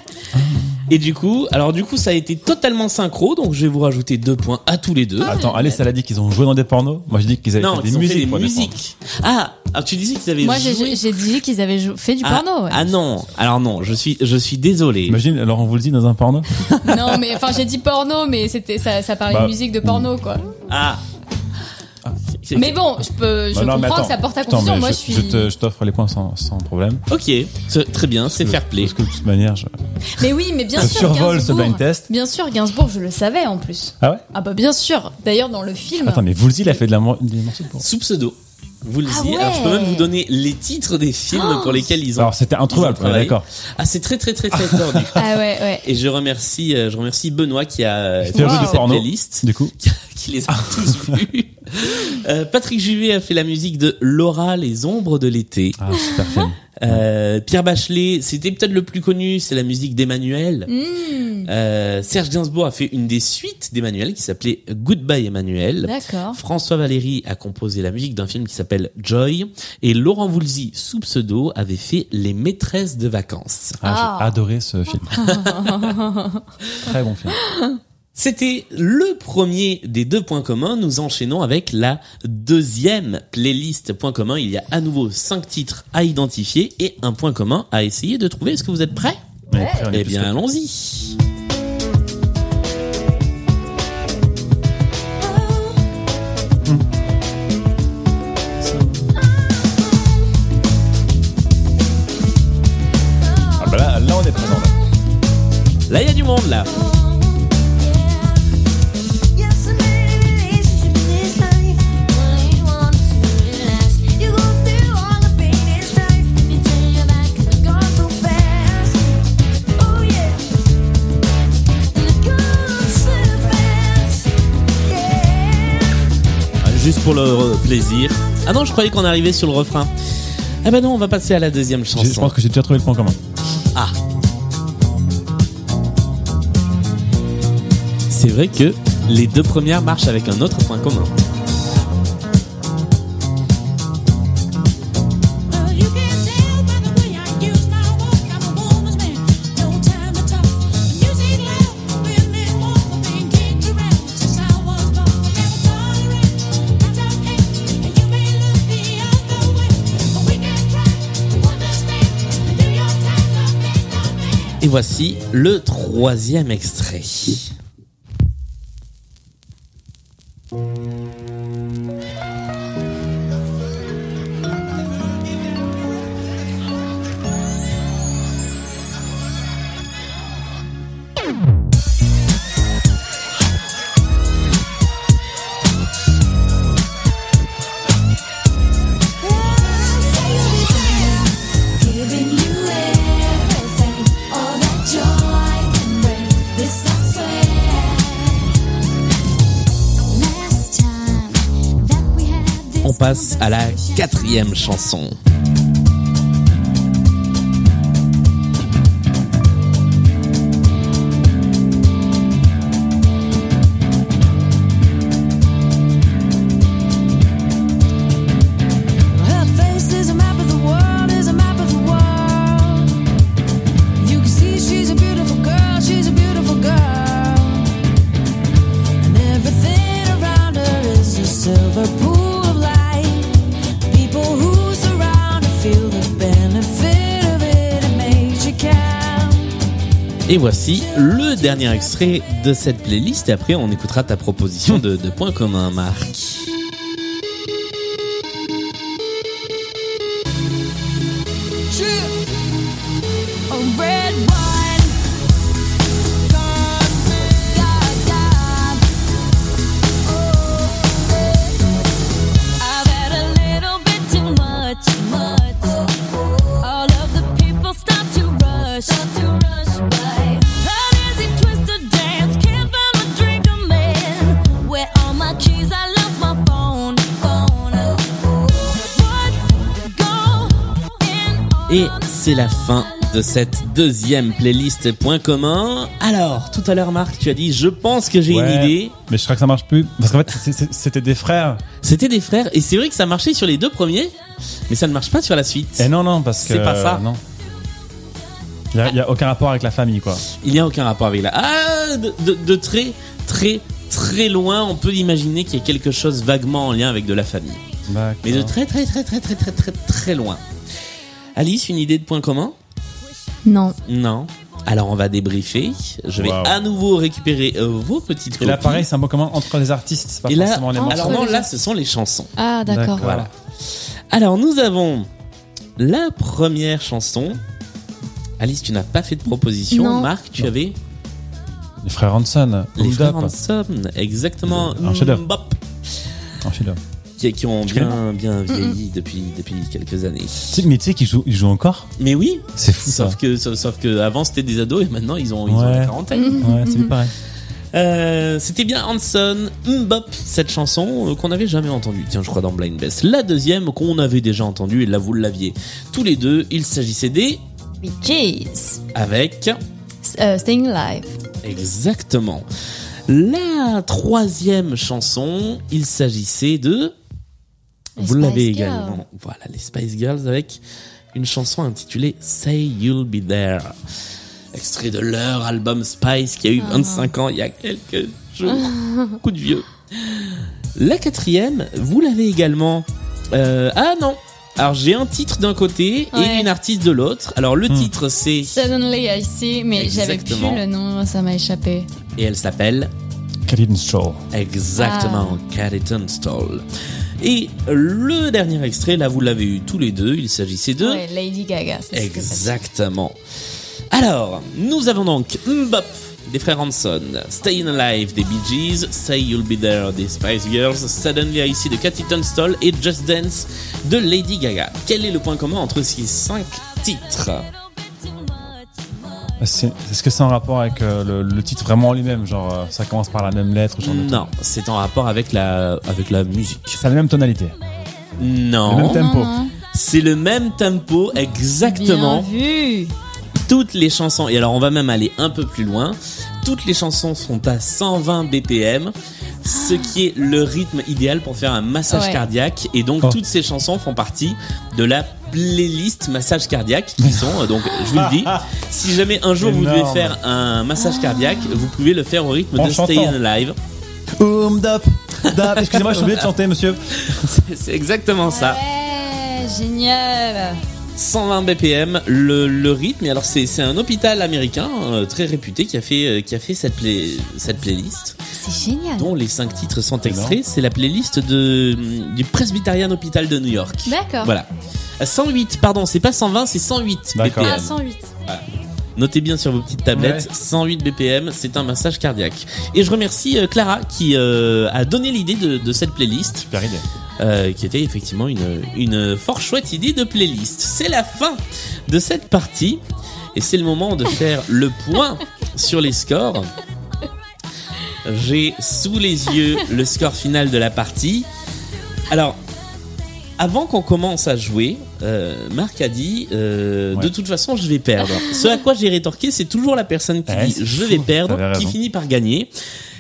Et du coup, alors du coup, ça a été totalement synchro, donc je vais vous rajouter deux points à tous les deux.
Attends, allez, ça l'a dit qu'ils ont joué dans des pornos. Moi, je dis qu'ils avaient
non,
Ah, fait
ils
des
ont fait
musiques.
des
pour des pornos.
musiques. Ah, alors tu disais qu'ils avaient
Moi
joué.
j'ai j'ai dit qu'ils avaient jou- fait du
ah,
porno. ouais.
ah non, alors non, je suis, je suis désolé.
Imagine, Laurent Voulzy dans un porno.
Non mais enfin j'ai dit porno, mais c'était ça, ça parlait de
Bah,
musique de porno quoi.
Ah.
Mais bon, je peux, je
Bah non, mais
comprends
attends.
que ça porte à
Attends,
confusion.
mais
Moi je,
je,
suis.
je te- je t'offre les points sans, sans problème.
Ok, c'est- très bien, c'est
Parce que-
fair play.
Parce que de toute manière, je,
Mais oui, mais bien
je
sûr.
survole ce
Gainsbourg-
blind test.
Bien sûr, Gainsbourg, je le savais en plus.
Ah ouais
Ah bah bien sûr. D'ailleurs dans le film.
Attends, mais Woolsey, il a fait de la, mo- des morceaux de porno.
Sous pseudo. Vous le
Ah
dites. Alors je peux
ouais. Oh.
même vous donner les titres des films pour lesquels ils ont.
Alors, c'était introuvable,
ils ont
ouais, d'accord.
Ah, c'est très très très très tordu.
Ah ouais ouais.
Et je remercie, euh, je remercie Benoît qui a
Il fait un jeu de
cette
porno.
playlist.
Du coup,
qui les a tous vus. Euh, Patrick Juvet a fait la musique de Laura, Les Ombres de l'été.
ah, super film.
Euh, Pierre Bachelet, c'était peut-être le plus connu, c'est la musique d'Emmanuel. Euh, Serge Gainsbourg a fait une des suites d'Emmanuel qui s'appelait Goodbye Emmanuel.
D'accord.
François Valéry a composé la musique d'un film qui s'appelle Joy et Laurent Voulzy, sous pseudo, avait fait Les maîtresses de vacances.
Ah, j'ai
Ah.
adoré ce film. Très bon film.
C'était le premier des deux points communs. Nous enchaînons avec la deuxième playlist point commun. Il y a à nouveau cinq titres à identifier et un point commun à essayer de trouver. Est-ce que vous êtes prêts
Mais après, on est
Eh
plus
bien,
que-
allons-y.
Ah, bah là, là, on est présent. là.
Là, il y a du monde, là. Juste pour le plaisir. Ah non, je croyais qu'on arrivait sur le refrain. Eh ben non, on va passer à la deuxième
J'ai- Je
chanson.
pense que j'ai déjà trouvé le point commun.
Ah C'est vrai que les deux premières marchent avec un autre point commun. Et voici le troisième extrait. On passe à la quatrième chanson.
Silver pool of light. People who surround her feel the benefit of it. It makes you count.
Et voici le dernier extrait de cette playlist. Et après, on écoutera ta proposition de, de point commun, Marc.
Keys, I love my phone, phone. What's going on?
Et c'est la fin de cette deuxième playlist point commun. Alors, tout à l'heure, Marc, tu as dit, je pense que j'ai une
Ouais.
idée.
Mais je crois que ça marche plus. Parce qu'en fait, c'est- c'est- c'était des frères.
C'était des frères. Et c'est vrai que ça marchait sur les deux premiers, mais ça ne marche pas sur la suite.
Et non, non, parce que.
C'est pas ça.
Non. Il y a- il y a, aucun rapport avec la famille, quoi.
Il n'y a aucun rapport avec la. Ah, de, de- de très, très, très loin, on peut imaginer qu'il y a quelque chose vaguement en lien avec de la famille. Mais de très, très, très, très, très, très, très, très loin. Alice, une idée de point commun
Non.
Non. Alors on va débriefer. Je vais
Wow.
à nouveau récupérer euh, vos petites
Et
copies.
là, pareil, c'est un point commun entre les artistes. c'est Pas
Et là,
forcément les
entre-
morceaux.
alors non,
les
là,
artistes.
ce sont les chansons.
Ah, d'accord.
Voilà. Alors nous avons la première chanson. Alice, tu n'as pas fait de proposition.
Non.
Marc, tu avais
Les frères Hanson.
les
Hold
frères
Up.
Hanson, exactement.
Un chef-d'œuvre.
Mbop.
Un chef-d'œuvre.
Qui, qui ont
Tu connais
bien, bien vieilli depuis, depuis quelques années.
Tu sais- Mais tu sais qu'ils jouent, ils jouent encore
Mais oui,
C'est fou ça.
sauf que, sauf, sauf que avant c'était des ados et maintenant ils ont, ils ont
Ouais.
la quarantaine.
Ouais, c'est pareil.
Euh, c'était bien Hanson, Mbop, cette chanson euh, qu'on n'avait jamais entendue, tiens je crois dans Blind Best. La deuxième qu'on avait déjà entendue, et là vous l'aviez tous les deux, il s'agissait des...
Bee Gees.
avec...
S- euh, Staying Alive.
Exactement. La troisième chanson, il s'agissait de...
Les
Vous l'avez
Spice Girls.
également. Voilà, les Spice Girls avec une chanson intitulée Say You'll Be There. Extrait de leur album Spice qui a eu
Ah.
25 ans il y a quelques jours. Coup de vieux. La quatrième, vous l'avez également. Euh, ah non Alors j'ai un titre d'un côté et
Ouais.
une artiste de l'autre. Alors le titre c'est...
Suddenly I see, mais j'avais plus
Exactement.
le nom, ça m'a échappé.
Et elle s'appelle
Kathleen Shaw.
Exactement,
Ah.
Caddington Stall. Et le dernier extrait, là vous l'avez eu tous les deux, il s'agissait de...
Ouais, Lady Gaga. c'est ce que ça
Exactement. Alors, nous avons donc Mbop des frères Hanson, Stayin' Alive des Bee Gees, Say You'll Be There des Spice Girls, Suddenly I See de Cathy Tunstall et Just Dance de Lady Gaga. Quel est le point commun entre ces cinq titres
C'est- Est-ce que c'est en rapport avec euh, le, le titre vraiment en lui-même Genre, euh, ça commence par la même lettre genre de truc.
Non, c'est en rapport avec la, avec la musique.
C'est la même tonalité.
Non.
Le même tempo. Non, non.
C'est le même tempo exactement.
vu.
Toutes les chansons, et alors on va même aller un peu plus loin, toutes les chansons sont à 120 BPM, ce qui est le rythme idéal pour faire un massage
Ouais.
cardiaque. Et
Oh.
donc toutes ces chansons font partie de la playlist massage cardiaque qui sont, euh, donc je vous le dis, si jamais un jour vous devez
Énorme.
faire un massage cardiaque, vous pouvez le faire au rythme
En
de Stay
chantant.
Alive.
Oum, dap, dap. Excusez-moi, je suis obligé de chanter, monsieur.
C'est exactement ça.
Ouais, génial.
120 BPM le, le rythme et alors c'est c'est un hôpital américain euh, très réputé qui a fait euh, qui a fait cette play- cette playlist
C'est génial.
dont les cinq titres sont extraits c'est la playlist de du Presbyterian Hospital de New York
D'accord.
voilà À 108 pardon c'est pas 120 c'est 108
D'accord.
BPM
Ah, 108.
Notez bien sur vos petites tablettes,
Ouais.
108 BPM, c'est un massage cardiaque. Et je remercie euh, Clara qui euh, a donné l'idée de, de cette playlist,
Super idée.
euh, qui était effectivement une, une fort chouette idée de playlist. C'est la fin de cette partie, et c'est le moment de faire le point sur les scores. J'ai sous les yeux le score final de la partie. Alors, avant qu'on commence à jouer, euh, Marc a dit euh,
Ouais.
de toute façon je vais perdre. Ce à quoi j'ai rétorqué, c'est toujours la personne qui
Ouais,
dit
Eh, c'est
je
fou,
vais perdre
t'avais
qui
raison.
finit par gagner.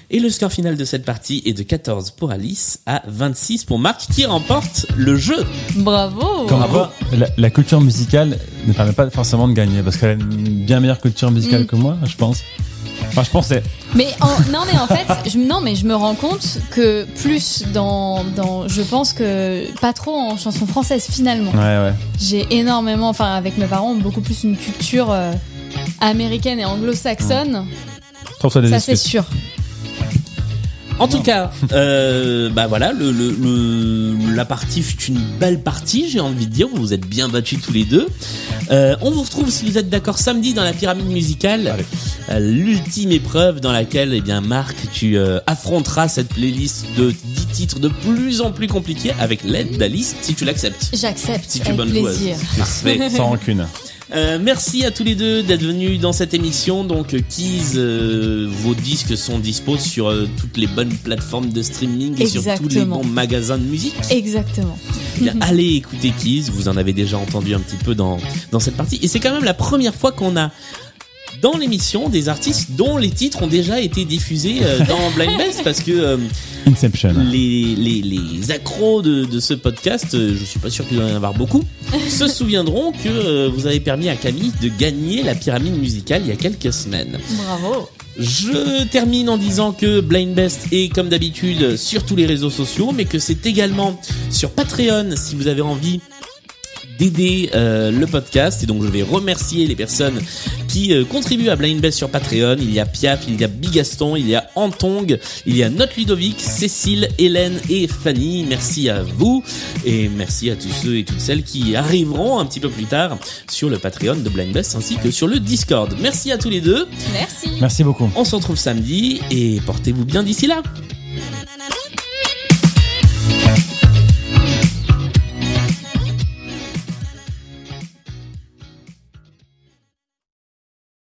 Et le score final de cette partie est de 14 pour Alice à 26 pour Marc qui remporte le jeu.
Bravo.
Comme quoi, la, la culture musicale ne permet pas forcément de gagner parce qu'elle a une bien meilleure culture musicale
Mm.
que moi, je pense. Enfin, je pensais.
Mais en- non, mais en fait, je, non, mais je me rends compte que plus dans, dans, je pense que pas trop en chanson française finalement.
Ouais, ouais.
J'ai énormément, enfin avec mes parents, beaucoup plus une culture euh, américaine et anglo-saxonne.
Trouve-toi des
Ça c'est
excuses.
sûr.
En tout cas, euh, bah voilà, le, le- le- la partie fut une belle partie, j'ai envie de dire. Vous vous êtes bien battus tous les deux. Euh, on vous retrouve, si vous êtes d'accord, samedi dans la pyramide musicale.
Allez.
Euh, L'ultime épreuve dans laquelle, eh bien, Marc, tu euh, affronteras cette playlist de 10 titres de plus en plus compliqués avec l'aide d'Alice, si tu l'acceptes.
J'accepte.
Si tu es
avec
bonne
plaisir.
joueuse. Parfait.
Sans rancune.
Euh, merci à tous les deux d'être venus dans cette émission. Donc, euh, Keys, euh, vos disques sont dispo sur euh, toutes les bonnes plateformes de streaming et sur tous les
Exactement.
bons magasins de musique.
Exactement.
Eh bien, allez écouter Keys, vous en avez déjà entendu un petit peu dans, dans cette partie. Et c'est quand même la première fois qu'on a dans l'émission des artistes dont les titres ont déjà été diffusés euh, dans Blind Best parce que euh,
Inception.
Mm.
les, les, les accros de, de ce podcast, euh, je suis pas sûr qu'il doit y en avoir beaucoup, se souviendront que euh, vous avez permis à Camille de gagner la pyramide musicale il y a quelques semaines.
Bravo.
Je termine en disant que Blind Best est comme d'habitude sur tous les réseaux sociaux, mais que c'est également sur Patreon si vous avez envie d'aider euh, le podcast et donc je vais remercier les personnes qui euh, contribuent à Blind Best sur Patreon il y a Piaf il y a Bigaston il y a Antong il y a Note Ludovic Cécile Hélène et Fanny merci à vous et merci à tous ceux et toutes celles qui arriveront un petit peu plus tard sur le Patreon de Blind Best ainsi que sur le Discord merci à tous les deux
Merci.
Merci beaucoup.
on se retrouve samedi et portez-vous bien d'ici là.